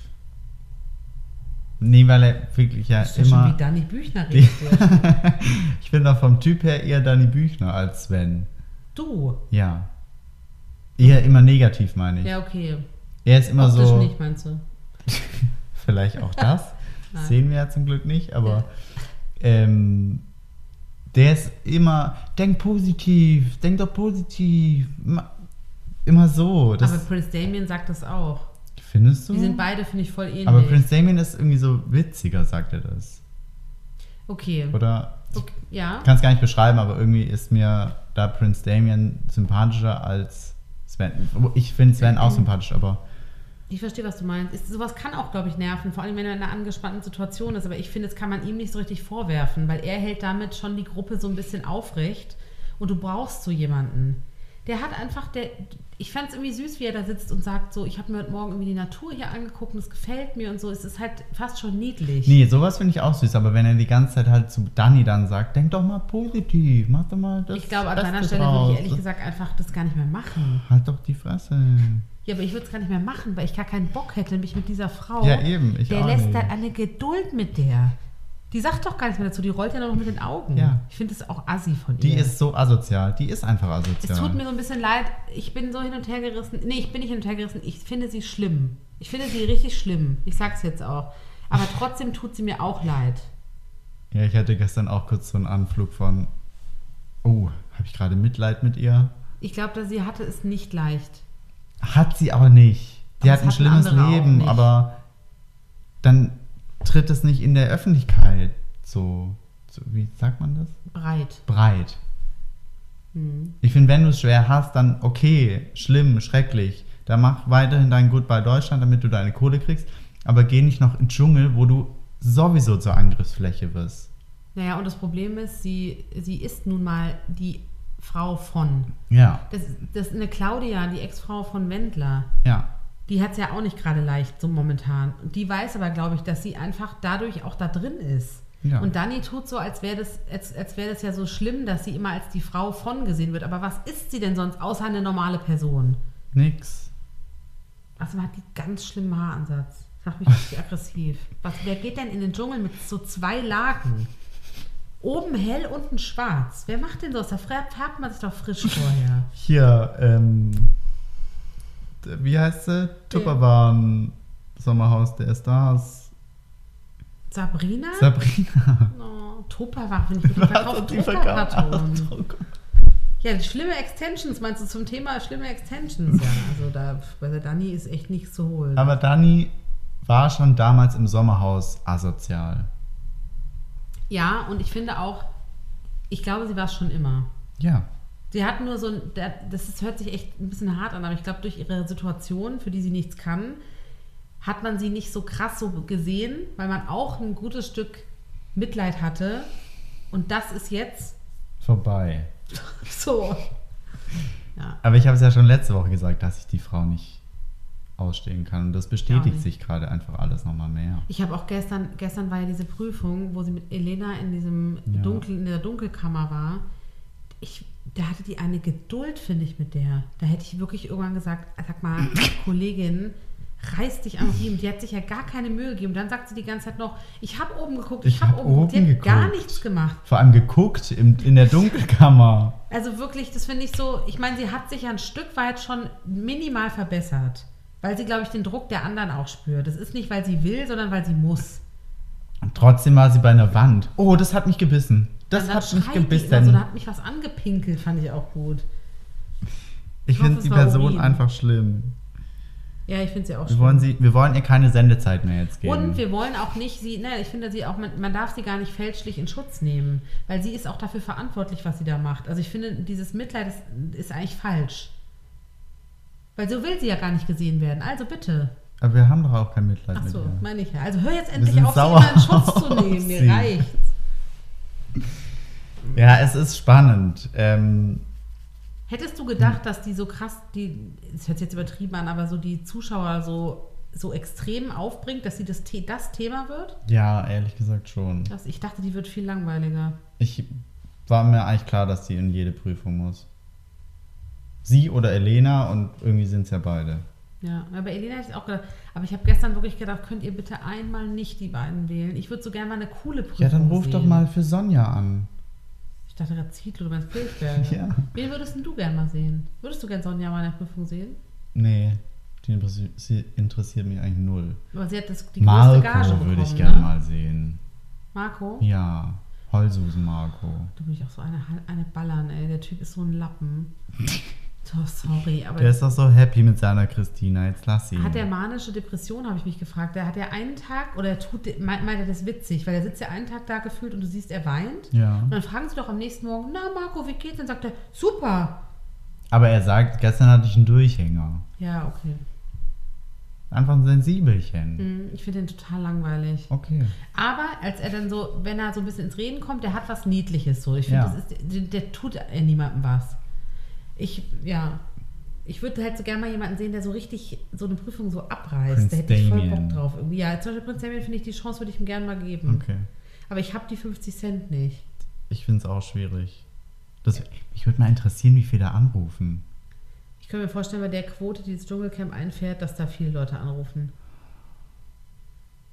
Speaker 3: Nee, weil er wirklich ja
Speaker 2: Das ist ja schon
Speaker 3: immer.
Speaker 2: wie Dani
Speaker 3: (laughs)
Speaker 2: Büchner redet. der.
Speaker 3: Ich bin doch vom Typ her eher Dani Büchner als Sven.
Speaker 2: Du.
Speaker 3: Ja. Eher immer negativ, meine ich.
Speaker 2: Ja, okay.
Speaker 3: Er ist immer
Speaker 2: Optisch
Speaker 3: so.
Speaker 2: nicht, meinst du?
Speaker 3: (laughs) Vielleicht auch das.
Speaker 2: (laughs) Nein.
Speaker 3: Sehen wir ja zum Glück nicht, aber ähm, der ist immer, denk positiv, denk doch positiv. ma- Immer so. Das
Speaker 2: Aber Prince Damien sagt das auch.
Speaker 3: findest du?
Speaker 2: Die sind beide, finde ich, voll ähnlich.
Speaker 3: aber Prince Damien ist irgendwie so witziger, sagt er das.
Speaker 2: okay.
Speaker 3: Oder?
Speaker 2: okay. Ja.
Speaker 3: Ich kann es gar nicht beschreiben, aber irgendwie ist mir da Prince Damien sympathischer als Sven. Ich finde Sven
Speaker 2: Mhm.
Speaker 3: auch sympathisch, aber
Speaker 2: Ich verstehe, was du meinst. Ist, sowas kann auch, glaube ich, nerven, vor allem wenn er in einer angespannten Situation ist. Aber ich finde, das kann man ihm nicht so richtig vorwerfen, weil er hält damit schon die Gruppe so ein bisschen aufrecht. und du brauchst so jemanden. Der hat einfach, der, ich fand es irgendwie süß, wie er da sitzt und sagt so, ich habe mir heute Morgen irgendwie die Natur hier angeguckt und es gefällt mir und so. Es ist halt fast schon niedlich.
Speaker 3: Nee, sowas finde ich auch süß, aber wenn er die ganze Zeit halt zu Dani dann sagt, denk doch mal positiv, mach doch mal das.
Speaker 2: ich glaube, an
Speaker 3: Beste
Speaker 2: seiner Stelle
Speaker 3: draus.
Speaker 2: würde ich ehrlich gesagt einfach das gar nicht mehr machen.
Speaker 3: Halt doch die Fresse.
Speaker 2: Ja, aber ich würde es gar nicht mehr machen, weil ich gar keinen Bock hätte, mich mit dieser Frau.
Speaker 3: Ja, eben, ich
Speaker 2: der
Speaker 3: auch
Speaker 2: lässt
Speaker 3: nicht.
Speaker 2: dann eine Geduld mit der. Die sagt doch gar nichts mehr dazu, die rollt ja nur noch mit den Augen.
Speaker 3: Ja.
Speaker 2: Ich finde das auch assi von
Speaker 3: Die
Speaker 2: ihr.
Speaker 3: ist so asozial, die ist einfach
Speaker 2: es
Speaker 3: asozial.
Speaker 2: tut mir so ein bisschen leid, ich bin so hin und her gerissen. Nee, ich bin nicht hin und her gerissen, ich finde sie schlimm. Ich finde sie richtig schlimm. Ich sag's jetzt auch. Aber trotzdem tut sie mir auch leid.
Speaker 3: ja, ich hatte gestern auch kurz so einen Anflug von, oh, habe ich gerade Mitleid mit ihr?
Speaker 2: Ich glaube, sie hatte es nicht leicht.
Speaker 3: Hat sie aber nicht. Die
Speaker 2: Aber
Speaker 3: hat ein
Speaker 2: es hatten
Speaker 3: schlimmes
Speaker 2: andere auch
Speaker 3: Leben,
Speaker 2: nicht.
Speaker 3: aber dann tritt es nicht in der Öffentlichkeit so, so wie sagt man das?
Speaker 2: Breit.
Speaker 3: Breit. Ich finde, wenn du es schwer hast, dann okay, schlimm, schrecklich. Dann mach weiterhin dein Goodbye Deutschland, damit du deine Kohle kriegst. Aber geh nicht noch in den Dschungel, wo du sowieso zur Angriffsfläche wirst.
Speaker 2: Naja, und das Problem ist, sie, sie ist nun mal die Frau von.
Speaker 3: Ja,
Speaker 2: Das, das ist eine Claudia, die Ex-Frau von Wendler.
Speaker 3: ja.
Speaker 2: Die hat es ja auch nicht gerade leicht, so momentan. Und Die weiß aber, glaube ich, dass sie einfach dadurch auch da drin ist.
Speaker 3: Ja.
Speaker 2: Und Dani tut so, als wäre das, als, als wär das ja so schlimm, dass sie immer als die Frau von gesehen wird. Aber was ist sie denn sonst, außer eine normale Person?
Speaker 3: Nix.
Speaker 2: Außerdem hat die ganz schlimmen Haaransatz. Das macht mich richtig aggressiv. Was, wer geht denn in den Dschungel mit so zwei Lagen? Oben hell, unten schwarz. Wer macht denn sowas? Da färbt man sich doch frisch vorher.
Speaker 3: Hier, ähm, d- wie heißt sie? Tupperwaren Sommerhaus der Stars.
Speaker 2: Sabrina?
Speaker 3: Sabrina.
Speaker 2: Oh, Tupperware, wenn ich mit dem
Speaker 3: Was (laughs) hat
Speaker 2: verkauft
Speaker 3: die verkauft?
Speaker 2: Tupperkarton. Ja, schlimme Extensions, meinst du zum Thema schlimme Extensions? Ja, also da, bei der Dani ist echt nichts zu holen.
Speaker 3: Aber Dani war schon damals im Sommerhaus asozial.
Speaker 2: ja, und ich finde auch, ich glaube, sie war es schon immer.
Speaker 3: Ja.
Speaker 2: Sie hat nur so ein, der- das ist, hört sich echt ein bisschen hart an, aber ich glaube, durch ihre Situation, für die sie nichts kann, hat man sie nicht so krass so gesehen, weil man auch ein gutes Stück Mitleid hatte. Und das ist jetzt (laughs)
Speaker 3: Vorbei.
Speaker 2: so. Ja.
Speaker 3: Aber ich habe es ja schon letzte Woche gesagt, dass ich die Frau nicht ausstehen kann. Und das bestätigt
Speaker 2: nicht.
Speaker 3: sich gerade einfach alles nochmal mehr.
Speaker 2: Ich habe auch gestern, gestern war ja diese Prüfung, wo sie mit Elena in diesem
Speaker 3: Ja.
Speaker 2: Dunkel, in der Dunkelkammer war. Ich, da hatte die eine Geduld, finde ich, mit der. Da hätte ich wirklich irgendwann gesagt, sag mal, Kollegin, reiß dich am Riemen. Die hat sich ja gar keine Mühe gegeben. Dann sagt sie die ganze Zeit noch, ich habe oben geguckt, ich,
Speaker 3: Ich
Speaker 2: habe
Speaker 3: hab
Speaker 2: oben geguckt. Die hat
Speaker 3: oben
Speaker 2: gar
Speaker 3: geguckt.
Speaker 2: nichts gemacht.
Speaker 3: Vor allem geguckt im, in der Dunkelkammer.
Speaker 2: Also wirklich, das finde ich so, ich meine, sie hat sich ja ein Stück weit schon minimal verbessert. Weil sie, glaube ich, den Druck der anderen auch spürt. Das ist nicht, weil sie will, sondern weil sie muss.
Speaker 3: Und trotzdem war sie bei einer Wand. Oh, das hat mich gebissen. Das
Speaker 2: Und dann
Speaker 3: hat mich
Speaker 2: schreit Also die immer
Speaker 3: gebissen.
Speaker 2: So, da hat mich was angepinkelt, fand ich auch gut.
Speaker 3: ich
Speaker 2: hoffe,
Speaker 3: finde
Speaker 2: es
Speaker 3: die
Speaker 2: war
Speaker 3: Person
Speaker 2: Urin.
Speaker 3: einfach schlimm.
Speaker 2: Ja, ich finde sie auch
Speaker 3: Wir
Speaker 2: schön.
Speaker 3: wollen, sie, wir wollen ihr keine Sendezeit mehr jetzt geben.
Speaker 2: und wir wollen auch nicht sie, ne, ich finde sie auch, man, man darf sie gar nicht fälschlich in Schutz nehmen, weil sie ist auch dafür verantwortlich, was sie da macht. Also ich finde, dieses Mitleid ist, ist eigentlich falsch. Weil so will sie ja gar nicht gesehen werden. Also bitte.
Speaker 3: Aber wir haben doch auch kein Mitleid
Speaker 2: Ach
Speaker 3: mit
Speaker 2: so,
Speaker 3: ihr.
Speaker 2: meine ich ja. Also hör jetzt endlich
Speaker 3: sind
Speaker 2: auf, sie
Speaker 3: sauer
Speaker 2: immer in
Speaker 3: (laughs)
Speaker 2: Schutz zu
Speaker 3: auf
Speaker 2: nehmen.
Speaker 3: sie.
Speaker 2: Mir reicht.
Speaker 3: Ja, es ist spannend. Ähm,
Speaker 2: Hättest du gedacht, dass die so krass, die, das hört sich jetzt übertrieben an, aber so die Zuschauer so, so extrem aufbringt, dass sie das, The das Thema wird?
Speaker 3: ja, ehrlich gesagt schon.
Speaker 2: Das, ich dachte, die wird viel langweiliger.
Speaker 3: Ich war mir eigentlich klar, dass sie in jede Prüfung muss. Sie oder Elena und irgendwie sind es ja beide.
Speaker 2: Ja, aber Elena hätte ich auch gedacht. Aber ich habe gestern wirklich gedacht, könnt ihr bitte einmal nicht die beiden wählen? Ich würde so gerne mal eine coole Prüfung
Speaker 3: Ja, dann ruf
Speaker 2: sehen.
Speaker 3: doch mal für Sonja an.
Speaker 2: Ich dachte gerade Zietlow, du meinst Pilzberger.
Speaker 3: (laughs) Ja.
Speaker 2: Wen würdest denn du gerne mal sehen? Würdest du gerne Sonja mal in der Prüfung sehen?
Speaker 3: Nee, die interessiert, sie interessiert mich eigentlich null.
Speaker 2: Aber sie hat das, die größte Gage
Speaker 3: Marco
Speaker 2: bekommen,
Speaker 3: würde ich gerne
Speaker 2: ne?
Speaker 3: mal sehen.
Speaker 2: Marco?
Speaker 3: Ja, Heulsusen Marco.
Speaker 2: Du bist auch so eine, eine Ballern, ey. Der Typ ist so ein Lappen. Oh, sorry, aber
Speaker 3: Der ist doch so happy mit seiner Christina, jetzt lass ihn.
Speaker 2: Hat er manische Depression, habe ich mich gefragt. Der hat ja einen Tag, oder er tut, meint, meint er das witzig, weil er sitzt ja einen Tag da gefühlt und du siehst, er weint.
Speaker 3: ja.
Speaker 2: Und dann fragen sie doch am nächsten Morgen, na Marco, wie geht's? Dann sagt er, super.
Speaker 3: Aber er sagt, gestern hatte ich einen Durchhänger.
Speaker 2: Ja, okay.
Speaker 3: Einfach ein Sensibelchen.
Speaker 2: Mm, Ich finde den total langweilig.
Speaker 3: Okay.
Speaker 2: Aber als er dann so, wenn er so ein bisschen ins Reden kommt, der hat was Niedliches so. Ich finde,
Speaker 3: Ja.
Speaker 2: das ist, der, der tut ja niemandem was. Ich, ja. Ich würde halt so gerne mal jemanden sehen, der so richtig so eine Prüfung so abreißt.
Speaker 3: Prinz
Speaker 2: da hätte ich voll
Speaker 3: Damien.
Speaker 2: Bock drauf. Irgendwie. Ja, zum Beispiel Prinz Damien finde ich, die Chance würde ich ihm gerne mal geben.
Speaker 3: Okay.
Speaker 2: Aber ich habe die 50 Cent nicht.
Speaker 3: Ich finde es auch schwierig. Das, Mich würde mal interessieren, wie viele da anrufen.
Speaker 2: Ich könnte mir vorstellen, bei der Quote, die das Dschungelcamp einfährt, dass da viele Leute anrufen.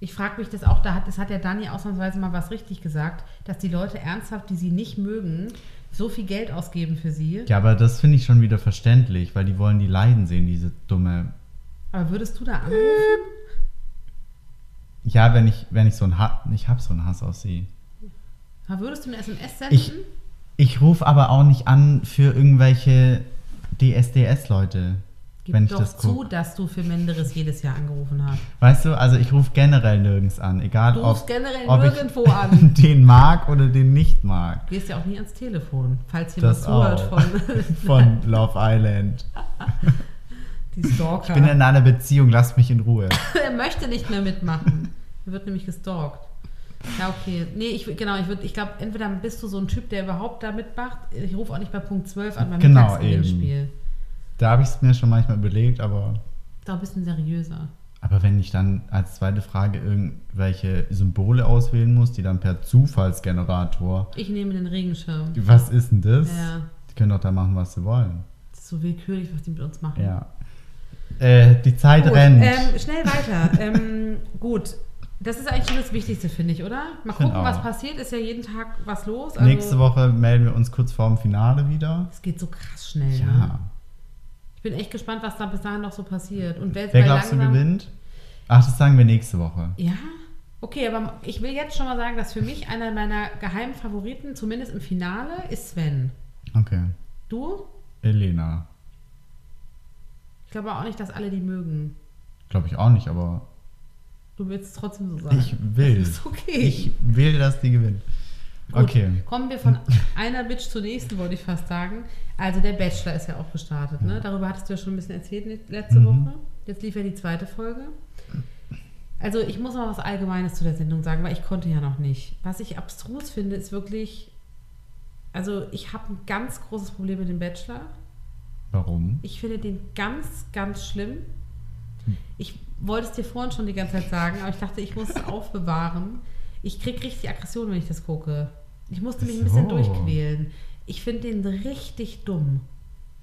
Speaker 2: Ich frage mich das auch, da hat, das hat ja Dani ausnahmsweise mal was richtig gesagt, dass die Leute ernsthaft, die sie nicht mögen, so viel Geld ausgeben für sie.
Speaker 3: Ja, aber das finde ich schon wieder verständlich, weil die wollen die Leiden sehen, diese dumme.
Speaker 2: Aber würdest du da anrufen?
Speaker 3: Ja, wenn ich, wenn ich so einen Hass. Ich habe so einen Hass auf sie.
Speaker 2: Aber Würdest du eine SMS senden?
Speaker 3: Ich, ich rufe aber auch nicht an für irgendwelche DSDS-Leute,
Speaker 2: Gib
Speaker 3: wenn ich
Speaker 2: doch
Speaker 3: das
Speaker 2: zu,
Speaker 3: gucke.
Speaker 2: dass du für Menderes jedes Jahr angerufen hast.
Speaker 3: Weißt du, also ich rufe generell nirgends an, egal
Speaker 2: Du
Speaker 3: ob,
Speaker 2: rufst generell
Speaker 3: ob
Speaker 2: nirgendwo
Speaker 3: ich (laughs)
Speaker 2: an.
Speaker 3: den mag oder den nicht mag.
Speaker 2: Du gehst ja auch nie ans Telefon, falls jemand
Speaker 3: Das
Speaker 2: zuhört
Speaker 3: auch.
Speaker 2: von
Speaker 3: (laughs)
Speaker 2: (laughs)
Speaker 3: Von Love Island.
Speaker 2: die Stalker.
Speaker 3: Ich bin in einer Beziehung, lasst mich in Ruhe.
Speaker 2: (laughs) er möchte nicht mehr mitmachen. Er wird nämlich gestalkt. Ja, okay. Nee, ich, wür- genau, ich, würd- ich glaube, entweder bist du so ein Typ, der überhaupt da mitmacht. Ich rufe auch nicht bei Punkt 12 an beim
Speaker 3: Genau,
Speaker 2: Mittagsgewinnspiel.
Speaker 3: Da habe ich es mir schon manchmal überlegt, aber.
Speaker 2: Da ein bisschen seriöser.
Speaker 3: Aber wenn ich dann als zweite Frage irgendwelche Symbole auswählen muss, die dann per Zufallsgenerator.
Speaker 2: Ich nehme den Regenschirm.
Speaker 3: Was ist denn das?
Speaker 2: Ja.
Speaker 3: Die können doch da machen, was sie wollen.
Speaker 2: Das ist so willkürlich, was die mit uns machen.
Speaker 3: Ja. Äh, die Zeit
Speaker 2: Gut,
Speaker 3: rennt.
Speaker 2: ähm, schnell weiter. (laughs) ähm, gut. Das ist eigentlich schon das Wichtigste, finde ich, oder? Mal gucken,
Speaker 3: Genau.
Speaker 2: was passiert. Ist ja jeden Tag was los. also
Speaker 3: Nächste Woche melden wir uns kurz vorm Finale wieder.
Speaker 2: Es geht so krass schnell. Ne?
Speaker 3: Ja.
Speaker 2: Ich bin echt gespannt, was da bis dahin noch so passiert. Und wer, jetzt
Speaker 3: Wer
Speaker 2: mal
Speaker 3: glaubst du
Speaker 2: langsam-
Speaker 3: gewinnt? Ach, das sagen wir nächste Woche.
Speaker 2: Ja, okay, aber ich will jetzt schon mal sagen, dass für mich einer meiner geheimen Favoriten, zumindest im Finale, ist Sven.
Speaker 3: Okay.
Speaker 2: Du?
Speaker 3: Elena.
Speaker 2: Ich glaube auch nicht, dass alle die mögen.
Speaker 3: Glaube ich auch nicht, aber
Speaker 2: Du willst es trotzdem so sagen.
Speaker 3: ich will.
Speaker 2: (laughs) Ist okay.
Speaker 3: Ich will, dass die gewinnt.
Speaker 2: Gut,
Speaker 3: Okay.
Speaker 2: Kommen wir von einer Bitch zur nächsten, wollte ich fast sagen. Also der Bachelor ist ja auch gestartet, ne? Darüber hattest du ja schon ein bisschen erzählt ne- letzte
Speaker 3: Mhm.
Speaker 2: Woche. Jetzt lief ja die zweite Folge. Also ich muss mal was Allgemeines zu der Sendung sagen, weil ich konnte ja noch nicht. Was ich abstrus finde, ist wirklich, also ich habe ein ganz großes Problem mit dem Bachelor.
Speaker 3: Warum?
Speaker 2: Ich finde den ganz, ganz schlimm. Ich wollte es dir vorhin schon die ganze Zeit sagen, aber ich dachte, ich muss es aufbewahren. Ich krieg richtig Aggression, wenn ich das gucke. Ich musste mich ein bisschen
Speaker 3: So.
Speaker 2: durchquälen. Ich finde den richtig dumm.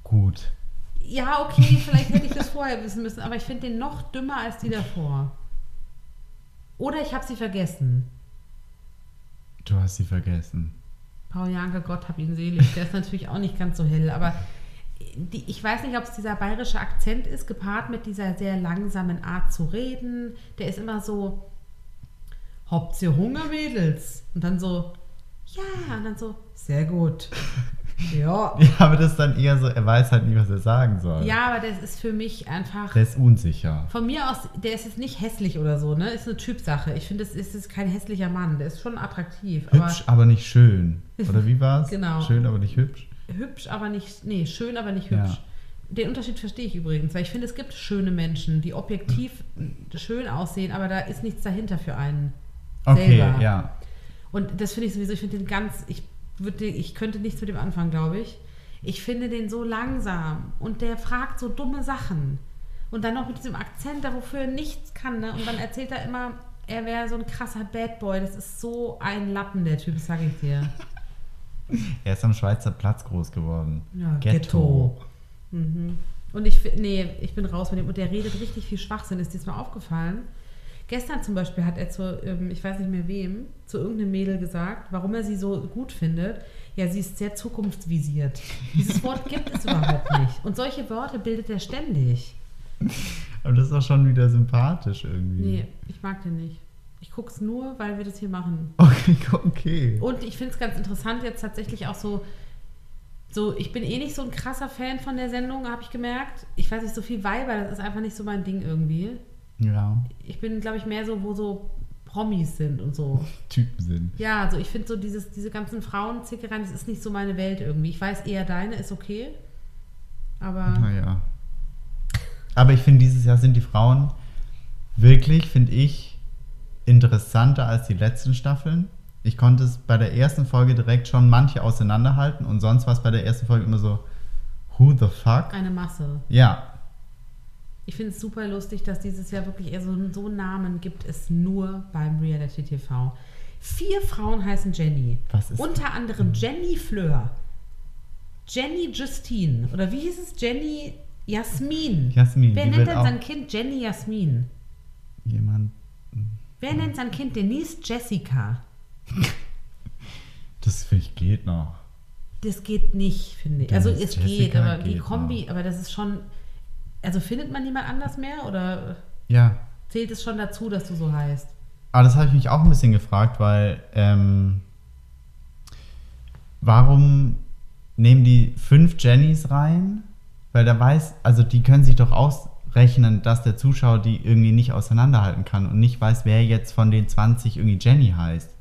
Speaker 3: Gut.
Speaker 2: Ja, okay, vielleicht hätte ich das vorher wissen müssen, aber ich finde den noch dümmer als die davor. Oder ich habe sie vergessen.
Speaker 3: Du hast sie vergessen.
Speaker 2: Paul Janke, Gott hab ihn selig. Der ist natürlich auch nicht ganz so hell, aber die, ich weiß nicht, ob es dieser bayerische Akzent ist, gepaart mit dieser sehr langsamen Art zu reden. Der ist immer so, habt ihr Hunger, Mädels? Und dann so, ja, und dann so, sehr gut. Ja.
Speaker 3: Ja, aber das ist dann eher so, er weiß halt nicht, was er sagen soll.
Speaker 2: Ja, aber das ist für mich einfach.
Speaker 3: Der ist unsicher.
Speaker 2: Von mir aus, der ist jetzt nicht hässlich oder so, ne? Ist eine Typsache. Ich finde, es ist, ist kein hässlicher Mann. Der ist schon attraktiv.
Speaker 3: Hübsch, aber nicht schön. Oder wie war's?
Speaker 2: Genau.
Speaker 3: Schön, aber nicht hübsch.
Speaker 2: hübsch, aber nicht, nee, schön, aber nicht
Speaker 3: Ja.
Speaker 2: hübsch. Den Unterschied verstehe ich übrigens, weil ich finde, es gibt schöne Menschen, die objektiv
Speaker 3: Hm.
Speaker 2: schön aussehen, aber da ist nichts dahinter für einen.
Speaker 3: Okay,
Speaker 2: Selber.
Speaker 3: ja.
Speaker 2: Und das finde ich sowieso, ich finde den ganz, ich würde, ich könnte nichts mit dem anfangen, glaube ich. Ich finde den so langsam und der fragt so dumme Sachen. Und dann noch mit diesem Akzent, da wofür er nichts kann, ne? Und dann erzählt er immer, er wäre so ein krasser Bad Boy. Das ist so ein Lappen, der Typ, das sage ich dir.
Speaker 3: Er ist am Schweizer Platz groß geworden.
Speaker 2: Ja, Ghetto. Mhm. Und ich, fi- nee, ich bin raus mit dem. Und der redet richtig viel Schwachsinn. Ist dir das mal aufgefallen? Gestern zum Beispiel hat er zu, ähm, ich weiß nicht mehr wem, zu irgendeinem Mädel gesagt, warum er sie so gut findet. Ja, sie ist sehr zukunftsvisiert. Dieses Wort gibt es überhaupt nicht. Und solche Worte bildet er ständig.
Speaker 3: Aber das ist auch schon wieder sympathisch irgendwie.
Speaker 2: Nee, ich mag den nicht. Ich gucke es nur, weil wir das hier machen.
Speaker 3: Okay, (laughs) okay.
Speaker 2: Und ich finde es ganz interessant, jetzt tatsächlich auch so, so, ich bin eh nicht so ein krasser Fan von der Sendung, habe ich gemerkt. Ich weiß nicht, so viel Weiber, das ist einfach nicht so mein Ding irgendwie.
Speaker 3: Ja,
Speaker 2: Ich bin, glaube ich, mehr so, wo so Promis sind und so.
Speaker 3: Typen sind.
Speaker 2: Ja, also ich finde so dieses, diese ganzen Frauenzickereien, das ist nicht so meine Welt irgendwie. Ich weiß eher deine, ist okay. Aber
Speaker 3: Ah, Naja. Aber ich finde, dieses Jahr sind die Frauen wirklich, finde ich, interessanter als die letzten Staffeln. Ich konnte es bei der ersten Folge direkt schon manche auseinanderhalten und sonst war es bei der ersten Folge immer so, who the fuck?
Speaker 2: Eine Masse.
Speaker 3: Ja,
Speaker 2: Ich finde es super lustig, dass dieses Jahr wirklich eher so, so Namen gibt es nur beim Reality TV. Vier Frauen heißen Jenny.
Speaker 3: Was ist Hm.
Speaker 2: Unter anderem Jenny Fleur, Jenny Justine oder wie hieß es? Jenny Jasmin.
Speaker 3: Jasmin,
Speaker 2: Wer
Speaker 3: die
Speaker 2: nennt
Speaker 3: wird
Speaker 2: denn
Speaker 3: auch-
Speaker 2: sein Kind Jenny Jasmin?
Speaker 3: jemand,
Speaker 2: Wer nennt sein Kind Denise Jessica?
Speaker 3: das finde ich geht noch.
Speaker 2: Das geht nicht, finde ich. Also es
Speaker 3: Denise
Speaker 2: geht,
Speaker 3: Jessica
Speaker 2: aber die
Speaker 3: geht
Speaker 2: Kombi,
Speaker 3: noch.
Speaker 2: aber das ist schon. Also findet man jemand anders mehr oder
Speaker 3: Ja,
Speaker 2: zählt es schon dazu, dass du so heißt?
Speaker 3: Aber das habe ich mich auch ein bisschen gefragt, weil ähm, warum nehmen die fünf Jennys rein? Weil da weiß, also die können sich doch ausrechnen, dass der Zuschauer die irgendwie nicht auseinanderhalten kann und nicht weiß, wer jetzt von den 20 irgendwie Jenny heißt.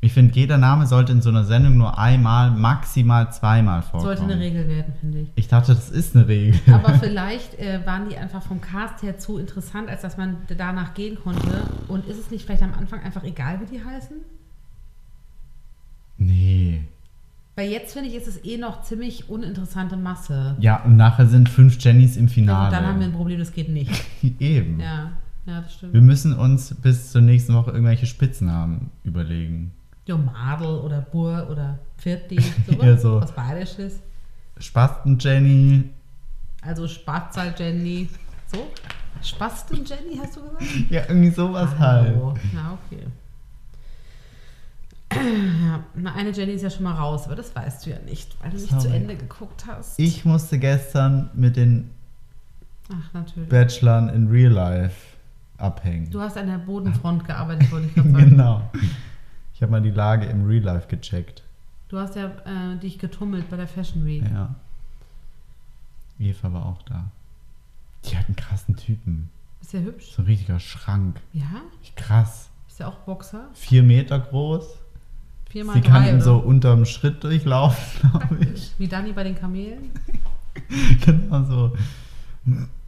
Speaker 3: Ich finde, jeder Name sollte in so einer Sendung nur einmal, maximal zweimal vorkommen.
Speaker 2: Sollte eine Regel werden, finde
Speaker 3: (laughs)
Speaker 2: ich.
Speaker 3: Ich dachte, das ist eine Regel.
Speaker 2: Aber vielleicht äh, waren die einfach vom Cast her zu interessant, als dass man d- danach gehen konnte. Und ist es nicht vielleicht am Anfang einfach egal, wie die heißen?
Speaker 3: (laughs) nee.
Speaker 2: Weil jetzt, finde ich, ist es eh noch ziemlich uninteressante Masse.
Speaker 3: Ja, und nachher sind fünf Jennys im Finale.
Speaker 2: Und dann haben wir ein Problem, das geht nicht.
Speaker 3: (laughs) Eben.
Speaker 2: Ja, ja das
Speaker 3: Wir
Speaker 2: stimmt.
Speaker 3: müssen uns bis zur nächsten Woche irgendwelche Spitznamen überlegen.
Speaker 2: Ja, Madel oder Bur oder
Speaker 3: (laughs)
Speaker 2: Vierti, sowas.
Speaker 3: Ja, so.
Speaker 2: Was Bayerisches.
Speaker 3: Spasten Jenny.
Speaker 2: Also Spatzer Jenny. So? Spasten Jenny, hast du gesagt?
Speaker 3: Ja, irgendwie sowas halt.
Speaker 2: Hallo. Na, okay. Ja, na, eine Jenny ist ja schon mal raus, aber das weißt du ja nicht, weil du nicht zu
Speaker 3: Sorry.
Speaker 2: Ende geguckt hast.
Speaker 3: Ich musste gestern mit den
Speaker 2: Ach, natürlich.
Speaker 3: Bachelorn in Real Life abhängen.
Speaker 2: Du hast an der Bodenfront gearbeitet, wollte
Speaker 3: (laughs)
Speaker 2: ich gerade sagen.
Speaker 3: genau. Ich habe mal die Lage im Real Life gecheckt.
Speaker 2: Du hast ja äh, dich getummelt bei der Fashion Week.
Speaker 3: Ja. Eva war auch da. Die hat einen krassen Typen.
Speaker 2: Ist ja hübsch.
Speaker 3: So ein richtiger Schrank.
Speaker 2: Ja?
Speaker 3: Krass.
Speaker 2: Ist ja auch Boxer.
Speaker 3: Vier Meter groß.
Speaker 2: Viermal
Speaker 3: Sie
Speaker 2: drei.
Speaker 3: kann ihm
Speaker 2: oder?
Speaker 3: so unterm Schritt durchlaufen, (laughs) glaube ich.
Speaker 2: Wie Dani bei den Kamelen.
Speaker 3: genau so.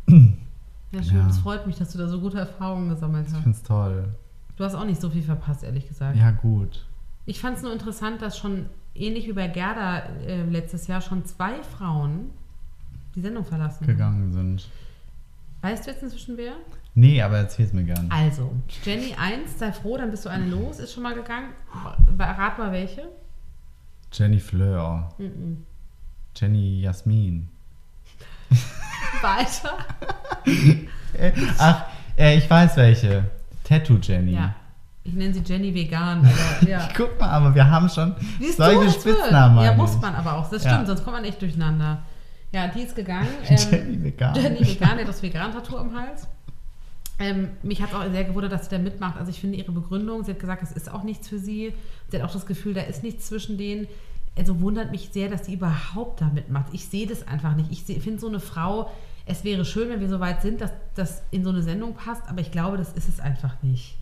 Speaker 2: Ja, schön.
Speaker 3: Ja.
Speaker 2: Das freut mich, dass du da so gute Erfahrungen gesammelt
Speaker 3: Ich
Speaker 2: hast.
Speaker 3: find's toll.
Speaker 2: Du hast auch nicht so viel verpasst, ehrlich gesagt.
Speaker 3: Ja, gut.
Speaker 2: Ich fand es nur interessant, dass schon ähnlich wie bei Gerda äh, letztes Jahr schon zwei Frauen die Sendung verlassen. haben.
Speaker 3: Gegangen sind.
Speaker 2: Weißt du jetzt inzwischen wer?
Speaker 3: Nee, aber erzähl's mir gern.
Speaker 2: Also, Jenny 1, sei froh, dann bist du eine los, ist schon mal gegangen. Rat mal welche.
Speaker 3: Jenny Fleur. Jenny Jasmin.
Speaker 2: Weiter.
Speaker 3: Äh, ach, äh, ich weiß welche. Tattoo Jenny.
Speaker 2: Ja.
Speaker 3: (laughs)
Speaker 2: Ich nenne sie Jenny vegan, aber ja.
Speaker 3: Guck mal, aber wir haben schon
Speaker 2: Siehst
Speaker 3: solche
Speaker 2: das wird.
Speaker 3: Spitznamen.
Speaker 2: Ja, muss
Speaker 3: eigentlich. (laughs)
Speaker 2: man aber auch. Das
Speaker 3: Ja.
Speaker 2: stimmt, sonst kommt man echt durcheinander. Ja, die ist gegangen. Ähm,
Speaker 3: (laughs) Jenny Vegan.
Speaker 2: Jenny Vegan, die hat das Vegan-Tattoo am Hals. Ähm, mich hat es auch sehr gewundert, dass sie da mitmacht. Also ich finde ihre Begründung, sie hat gesagt, es ist auch nichts für sie. Sie hat auch das Gefühl, da ist nichts zwischen denen. Also wundert mich sehr, dass sie überhaupt da mitmacht. Ich sehe das einfach nicht. Ich seh- finde so eine Frau, es wäre schön, wenn wir so weit sind, dass das in so eine Sendung passt, aber ich glaube, das ist es einfach nicht.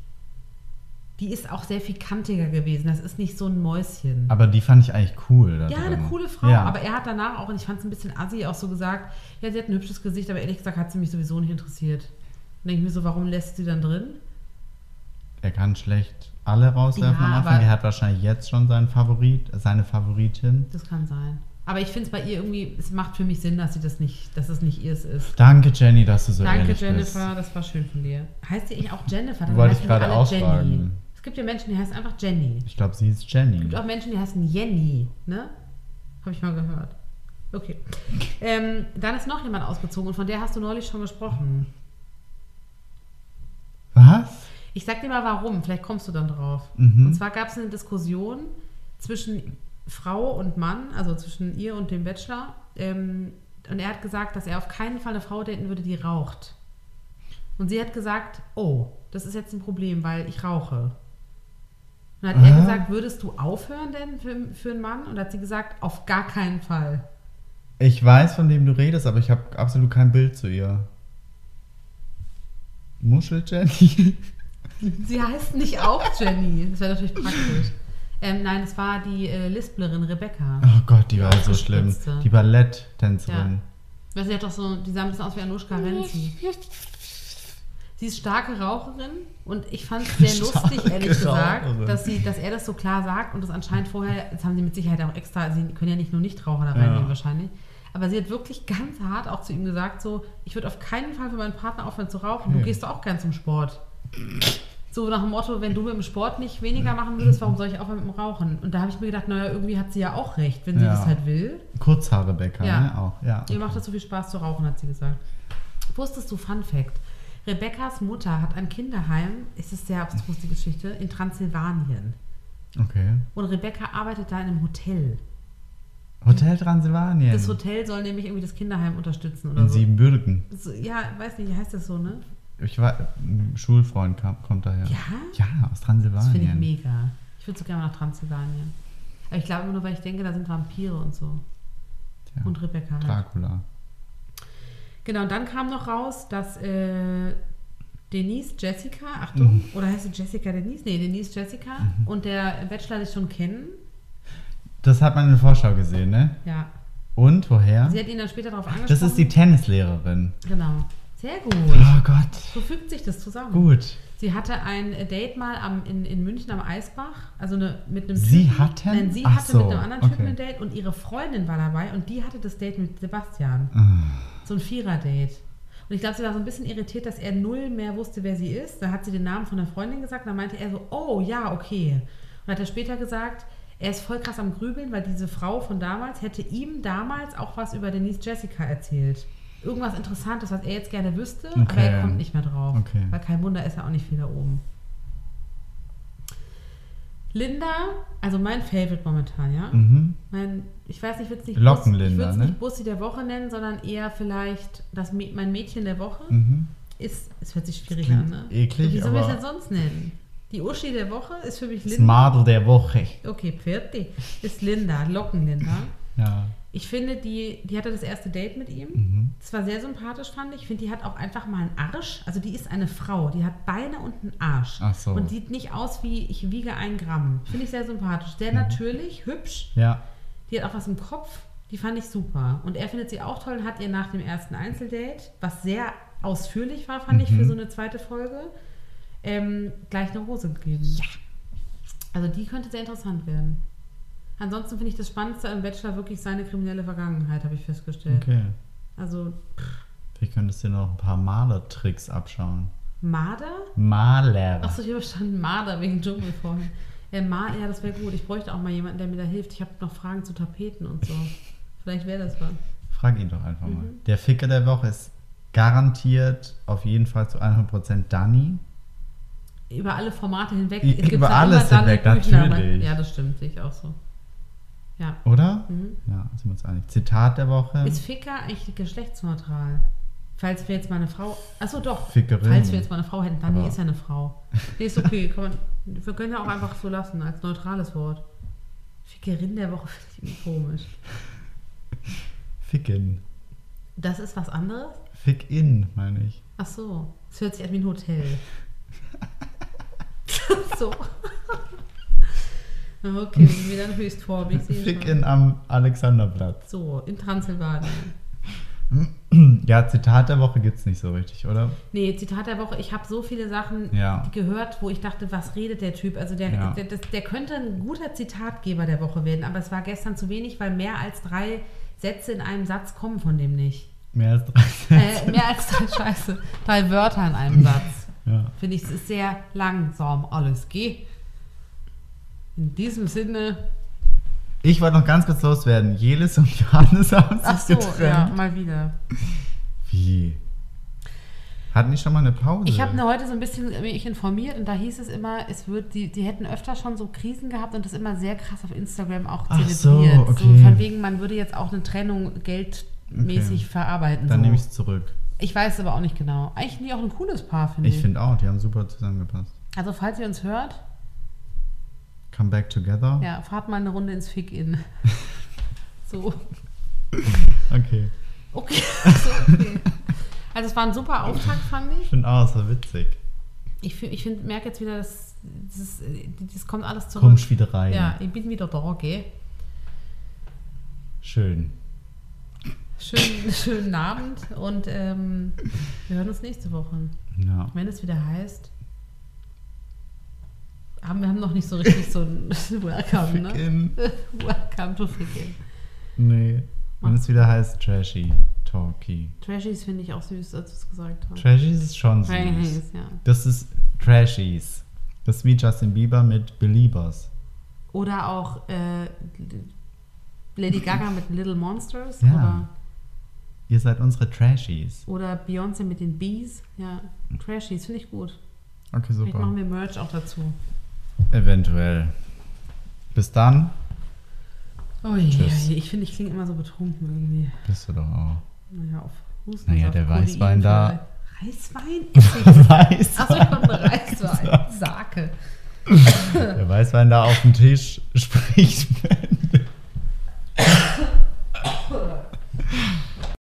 Speaker 2: Die ist auch sehr viel kantiger gewesen. Das ist nicht so ein Mäuschen.
Speaker 3: Aber die fand ich eigentlich cool. da
Speaker 2: Ja,
Speaker 3: drin.
Speaker 2: eine coole Frau.
Speaker 3: Ja.
Speaker 2: Aber er hat danach auch, und ich fand es ein bisschen assi, auch so gesagt, ja, sie hat ein hübsches Gesicht, aber ehrlich gesagt hat sie mich sowieso nicht interessiert. Dann denke ich mir so, warum lässt sie dann drin?
Speaker 3: er kann schlecht alle rauswerfen
Speaker 2: Ja,
Speaker 3: am Anfang.
Speaker 2: aber-
Speaker 3: Er hat wahrscheinlich jetzt schon seinen Favorit, seine Favoritin.
Speaker 2: Das kann sein. Aber ich finde es bei ihr irgendwie, es macht für mich Sinn, dass sie das nicht, dass es nicht ihrs ist.
Speaker 3: Danke, Jenny, dass du so
Speaker 2: Danke,
Speaker 3: ehrlich
Speaker 2: Jennifer, das war schön von dir. Heißt sie eigentlich auch Jennifer?
Speaker 3: Wollte
Speaker 2: heißen
Speaker 3: ich
Speaker 2: die
Speaker 3: gerade
Speaker 2: alle
Speaker 3: auch
Speaker 2: Jenny.
Speaker 3: fragen.
Speaker 2: Es gibt ja Menschen, die heißen einfach Jenny.
Speaker 3: bist. Ich glaube, sie ist Jenny.
Speaker 2: Es gibt auch Menschen, die heißen Jenny, ne? Habe ich mal gehört.
Speaker 3: (laughs)
Speaker 2: Okay. Ähm, dann ist noch jemand ausgezogen und von der hast du neulich schon gesprochen.
Speaker 3: Was?
Speaker 2: Ich sag dir mal warum, vielleicht kommst du dann drauf.
Speaker 3: Mhm.
Speaker 2: Und zwar gab es eine Diskussion zwischen Frau und Mann, also zwischen ihr und dem Bachelor. Ähm, und er hat gesagt, dass er auf keinen Fall eine Frau daten würde, die raucht. Und sie hat gesagt, oh, das ist jetzt ein Problem, weil ich rauche. Und hat er
Speaker 3: Aha.
Speaker 2: gesagt, würdest du aufhören denn für, für einen Mann? Und hat sie gesagt, auf gar keinen Fall.
Speaker 3: Ich weiß, von dem du redest, aber ich habe absolut kein Bild zu ihr. Muschel Jenny?
Speaker 2: Sie heißt nicht auch Jenny. Das wäre natürlich praktisch. Ähm, nein, es war die äh, Lisplerin Rebecca.
Speaker 3: (laughs) Oh Gott, die war so schlimm.
Speaker 2: Aufgespritzte.
Speaker 3: Die Balletttänzerin.
Speaker 2: Weil sie hat doch so, die sahen ein bisschen aus wie Anushka Renzi. Sie ist starke Raucherin und ich fand es
Speaker 3: (laughs)
Speaker 2: sehr lustig,
Speaker 3: Starke
Speaker 2: ehrlich gesagt,
Speaker 3: Raucherin.
Speaker 2: dass, sie, dass er das so klar sagt und das anscheinend vorher, das haben sie mit Sicherheit auch extra, sie können ja nicht nur Nichtraucher da reinnehmen wahrscheinlich, aber sie hat wirklich ganz hart auch zu ihm gesagt, so, ich würde auf keinen Fall für meinen Partner aufhören zu rauchen, du
Speaker 3: Ja.
Speaker 2: gehst doch auch gern zum Sport. So nach dem Motto, wenn du mit dem Sport nicht weniger machen würdest, warum soll ich aufhören mit dem Rauchen? Und da habe ich mir gedacht, naja, irgendwie hat sie ja auch recht, wenn sie
Speaker 3: Ja.
Speaker 2: das halt will.
Speaker 3: Kurzhaare-Bäcker,
Speaker 2: Ja.
Speaker 3: ne? Auch, ja.
Speaker 2: Ihr macht es so viel Spaß zu rauchen, hat sie gesagt. Wusstest du, Fun Fact, Rebekkas Mutter hat ein Kinderheim, es ist sehr abstrus die Geschichte, in Transsilvanien.
Speaker 3: Okay.
Speaker 2: Und Rebecca arbeitet da in einem Hotel.
Speaker 3: Hotel Transylvanien.
Speaker 2: Das Hotel soll nämlich irgendwie das Kinderheim unterstützen oder
Speaker 3: in
Speaker 2: so.
Speaker 3: Siebenbürgen.
Speaker 2: so. Ja, weiß nicht, heißt das so, ne?
Speaker 3: Ich war, ein Schulfreund kam, kommt daher.
Speaker 2: Ja?
Speaker 3: Ja, aus
Speaker 2: Das finde ich
Speaker 3: Transylvanien.
Speaker 2: mega. Ich würde so gerne mal nach Transsilvanien. Aber ich glaube nur, weil ich denke, da sind Vampire und so.
Speaker 3: Ja.
Speaker 2: Und Rebecca halt.
Speaker 3: Dracula.
Speaker 2: Genau, und dann kam noch raus, dass äh, Denise Jessica, Achtung,
Speaker 3: Mhm.
Speaker 2: oder heißt sie Jessica Denise? Nee, Denise Jessica und der Bachelor dich schon kennen.
Speaker 3: Das hat man in der Vorschau gesehen, ne?
Speaker 2: Ja.
Speaker 3: Und woher?
Speaker 2: Sie hat ihn dann später darauf angesprochen.
Speaker 3: Das ist die Tennislehrerin.
Speaker 2: Genau. Sehr gut.
Speaker 3: Oh Gott.
Speaker 2: So fügt sich das zusammen.
Speaker 3: Gut.
Speaker 2: Sie hatte ein Date mal am, in, in München am Eisbach, also eine, mit einem
Speaker 3: Sie
Speaker 2: Typen.
Speaker 3: hatten?
Speaker 2: Nein, sie
Speaker 3: Ach
Speaker 2: hatte
Speaker 3: so,
Speaker 2: mit einem anderen Typen
Speaker 3: okay.
Speaker 2: ein Date und ihre Freundin war dabei und die hatte das Date mit Sebastian.
Speaker 3: Ah.
Speaker 2: So ein Vierer-Date. Und ich glaube, sie war so ein bisschen irritiert, dass er null mehr wusste, wer sie ist. Da hat sie den Namen von der Freundin gesagt, dann meinte er so, oh ja, okay. Und hat er später gesagt, er ist voll krass am Grübeln, weil diese Frau von damals hätte ihm damals auch was über Denise Jessica erzählt. Irgendwas Interessantes, was er jetzt gerne wüsste, aber
Speaker 3: Okay.
Speaker 2: er kommt nicht mehr drauf.
Speaker 3: Okay.
Speaker 2: Weil kein Wunder ist er auch nicht viel da oben. Linda, also mein Favorite momentan, ja.
Speaker 3: Mhm.
Speaker 2: Mein, ich weiß nicht, ich würde es nicht, ich
Speaker 3: Lockenlinda,
Speaker 2: würd's
Speaker 3: ne?
Speaker 2: nicht Bussi der Woche nennen, sondern eher vielleicht das Mä- mein Mädchen der Woche.
Speaker 3: Mhm.
Speaker 2: Ist, es hört sich schwierig an,
Speaker 3: klingt
Speaker 2: ne?
Speaker 3: eklig,
Speaker 2: Wie soll man es
Speaker 3: aber-
Speaker 2: denn sonst nennen? Die Uschi der Woche ist für mich
Speaker 3: Das
Speaker 2: Linda.
Speaker 3: Madel der Woche.
Speaker 2: Okay, Pfirti. Ist Linda, Lockenlinda.
Speaker 3: Ja.
Speaker 2: Ich finde, die, die hatte das erste Date mit ihm.
Speaker 3: Mhm.
Speaker 2: Das war sehr sympathisch, fand ich. Ich finde, die hat auch einfach mal einen Arsch. Also die ist eine Frau, die hat Beine und einen Arsch.
Speaker 3: Ach so.
Speaker 2: Und sieht nicht aus wie, ich wiege ein Gramm. Finde ich sehr sympathisch.
Speaker 3: Mhm.
Speaker 2: Sehr natürlich, hübsch.
Speaker 3: Ja.
Speaker 2: Die hat auch was im Kopf. Die fand ich super. Und er findet sie auch toll und hat ihr nach dem ersten Einzeldate, was sehr ausführlich war, fand ich,
Speaker 3: Mhm.
Speaker 2: für so eine zweite Folge, ähm, gleich eine Rose gegeben. Ja. Also die könnte sehr interessant werden. Ansonsten finde ich das Spannendste im Bachelor wirklich seine kriminelle Vergangenheit, habe ich festgestellt.
Speaker 3: Okay.
Speaker 2: Also
Speaker 3: Vielleicht könntest du dir noch ein paar Malertricks abschauen.
Speaker 2: Marder?
Speaker 3: Maler.
Speaker 2: Achso, ich habe verstanden Marder wegen Dschungel vorhin. Äh, Ma ja, das wäre gut. Ich bräuchte auch mal jemanden, der mir da hilft. Ich habe noch Fragen zu Tapeten und so. Vielleicht wäre das was.
Speaker 3: Frag ihn doch einfach mal.
Speaker 2: Mhm.
Speaker 3: Der Ficker der Woche ist garantiert auf jeden Fall zu 100% Dani.
Speaker 2: über alle Formate hinweg.
Speaker 3: Ü-
Speaker 2: gibt's
Speaker 3: über
Speaker 2: ja immer
Speaker 3: alles
Speaker 2: dann
Speaker 3: hinweg,
Speaker 2: den Büchner, aber-
Speaker 3: natürlich.
Speaker 2: Ja, das stimmt, sehe ich auch so. Ja.
Speaker 3: Oder?
Speaker 2: Mhm.
Speaker 3: Ja, sind wir uns einig. Zitat der Woche.
Speaker 2: Ist Ficker eigentlich geschlechtsneutral? Falls wir jetzt mal eine Frau. Achso, doch.
Speaker 3: Fickerin.
Speaker 2: Falls wir jetzt mal eine Frau hätten, dann
Speaker 3: Aber-
Speaker 2: ist ja eine Frau. Nee, ist okay. (laughs) Kann man, wir können ja auch einfach so lassen, als neutrales Wort. Fickerin der Woche finde ich irgendwie komisch.
Speaker 3: Ficken.
Speaker 2: Das ist was anderes?
Speaker 3: Fick in, meine ich.
Speaker 2: Ach so, es hört sich an wie ein
Speaker 3: (laughs)
Speaker 2: Hotel. so. (laughs) Okay, wir dann höchst vor. ich sehe
Speaker 3: Fick
Speaker 2: schon.
Speaker 3: in am Alexanderplatz.
Speaker 2: So, in Transsilvanien.
Speaker 3: Ja, Zitat der Woche gibt's nicht so richtig, oder?
Speaker 2: Nee, Zitat der Woche. Ich habe so viele Sachen
Speaker 3: Ja.
Speaker 2: gehört, wo ich dachte, was redet der Typ? Also der,
Speaker 3: Ja.
Speaker 2: der, das, der könnte ein guter Zitatgeber der Woche werden, aber es war gestern zu wenig, weil mehr als drei Sätze in einem Satz kommen von dem nicht.
Speaker 3: (laughs) Mehr als drei Sätze.
Speaker 2: Äh, mehr als drei (laughs) Scheiße, drei Wörter in einem Satz.
Speaker 3: Ja.
Speaker 2: Finde ich, es ist sehr langsam alles geht. In diesem Sinne,
Speaker 3: Ich wollte noch ganz kurz loswerden. Jelis und Johannes haben sich
Speaker 2: ach so, ja,
Speaker 3: getrennt.
Speaker 2: mal wieder.
Speaker 3: Wie? Hatten die schon mal eine Pause?
Speaker 2: Ich habe mir heute so ein bisschen mich informiert und da hieß es immer, es wird, die, die hätten öfter schon so Krisen gehabt und das immer sehr krass auf Instagram auch
Speaker 3: Ach
Speaker 2: zelebriert.
Speaker 3: so, okay.
Speaker 2: von wegen, man würde jetzt auch eine Trennung geldmäßig
Speaker 3: Okay.
Speaker 2: verarbeiten.
Speaker 3: Dann
Speaker 2: so.
Speaker 3: nehme ich es zurück.
Speaker 2: ich weiß aber auch nicht genau. Eigentlich sind die auch ein cooles Paar, finde ich.
Speaker 3: Ich finde auch, die haben super zusammengepasst.
Speaker 2: also falls ihr uns hört,
Speaker 3: Come back together.
Speaker 2: ja, fahrt mal eine Runde ins
Speaker 3: (laughs)
Speaker 2: Fick-In. so.
Speaker 3: Okay.
Speaker 2: Okay. so, okay. Also es war ein super Auftakt, fand ich.
Speaker 3: Ich finde auch, es war witzig.
Speaker 2: Ich, fühl- ich find, merke jetzt wieder, dass das, ist- äh, das kommt alles zurück.
Speaker 3: Kommst wieder rein.
Speaker 2: ja, ich bin wieder da, gell?
Speaker 3: Schön.
Speaker 2: schönen, schönen Abend und ähm, wir hören uns nächste Woche.
Speaker 3: Ja.
Speaker 2: Wenn es wieder heißt, haben, wir haben noch nicht so richtig so ein (laughs) Welcome, ne?
Speaker 3: Ficken.
Speaker 2: (laughs) Welcome to Fickin.
Speaker 3: Nee. Wenn es wieder heißt Trashy Talkie.
Speaker 2: Trashies finde ich auch süß, als du es gesagt hast.
Speaker 3: Trashies ist schon süß.
Speaker 2: Trashies, ja.
Speaker 3: Das ist Trashies. Das ist wie Justin Bieber mit Beliebers.
Speaker 2: Oder auch äh, Lady Gaga mit Little Monsters
Speaker 3: Ja. Ihr seid unsere Trashies.
Speaker 2: oder, oder Beyoncé mit den Bees. Ja, Trashies finde ich gut.
Speaker 3: Okay,
Speaker 2: Vielleicht machen
Speaker 3: super.
Speaker 2: wir Merch auch dazu.
Speaker 3: Eventuell. Bis dann.
Speaker 2: Oh je,
Speaker 3: Tschüss.
Speaker 2: ich finde, ich klinge immer so betrunken irgendwie.
Speaker 3: Bist du doch auch.
Speaker 2: Naja, auf Husten.
Speaker 3: Naja,
Speaker 2: auf
Speaker 3: der
Speaker 2: Kodein
Speaker 3: Weißwein da.
Speaker 2: vielleicht. Reiswein? Ist nicht-
Speaker 3: (laughs) Weiß.
Speaker 2: Achso, ich komme
Speaker 3: (laughs)
Speaker 2: Reiswein. Sake.
Speaker 3: Der Weißwein da auf dem Tisch spricht.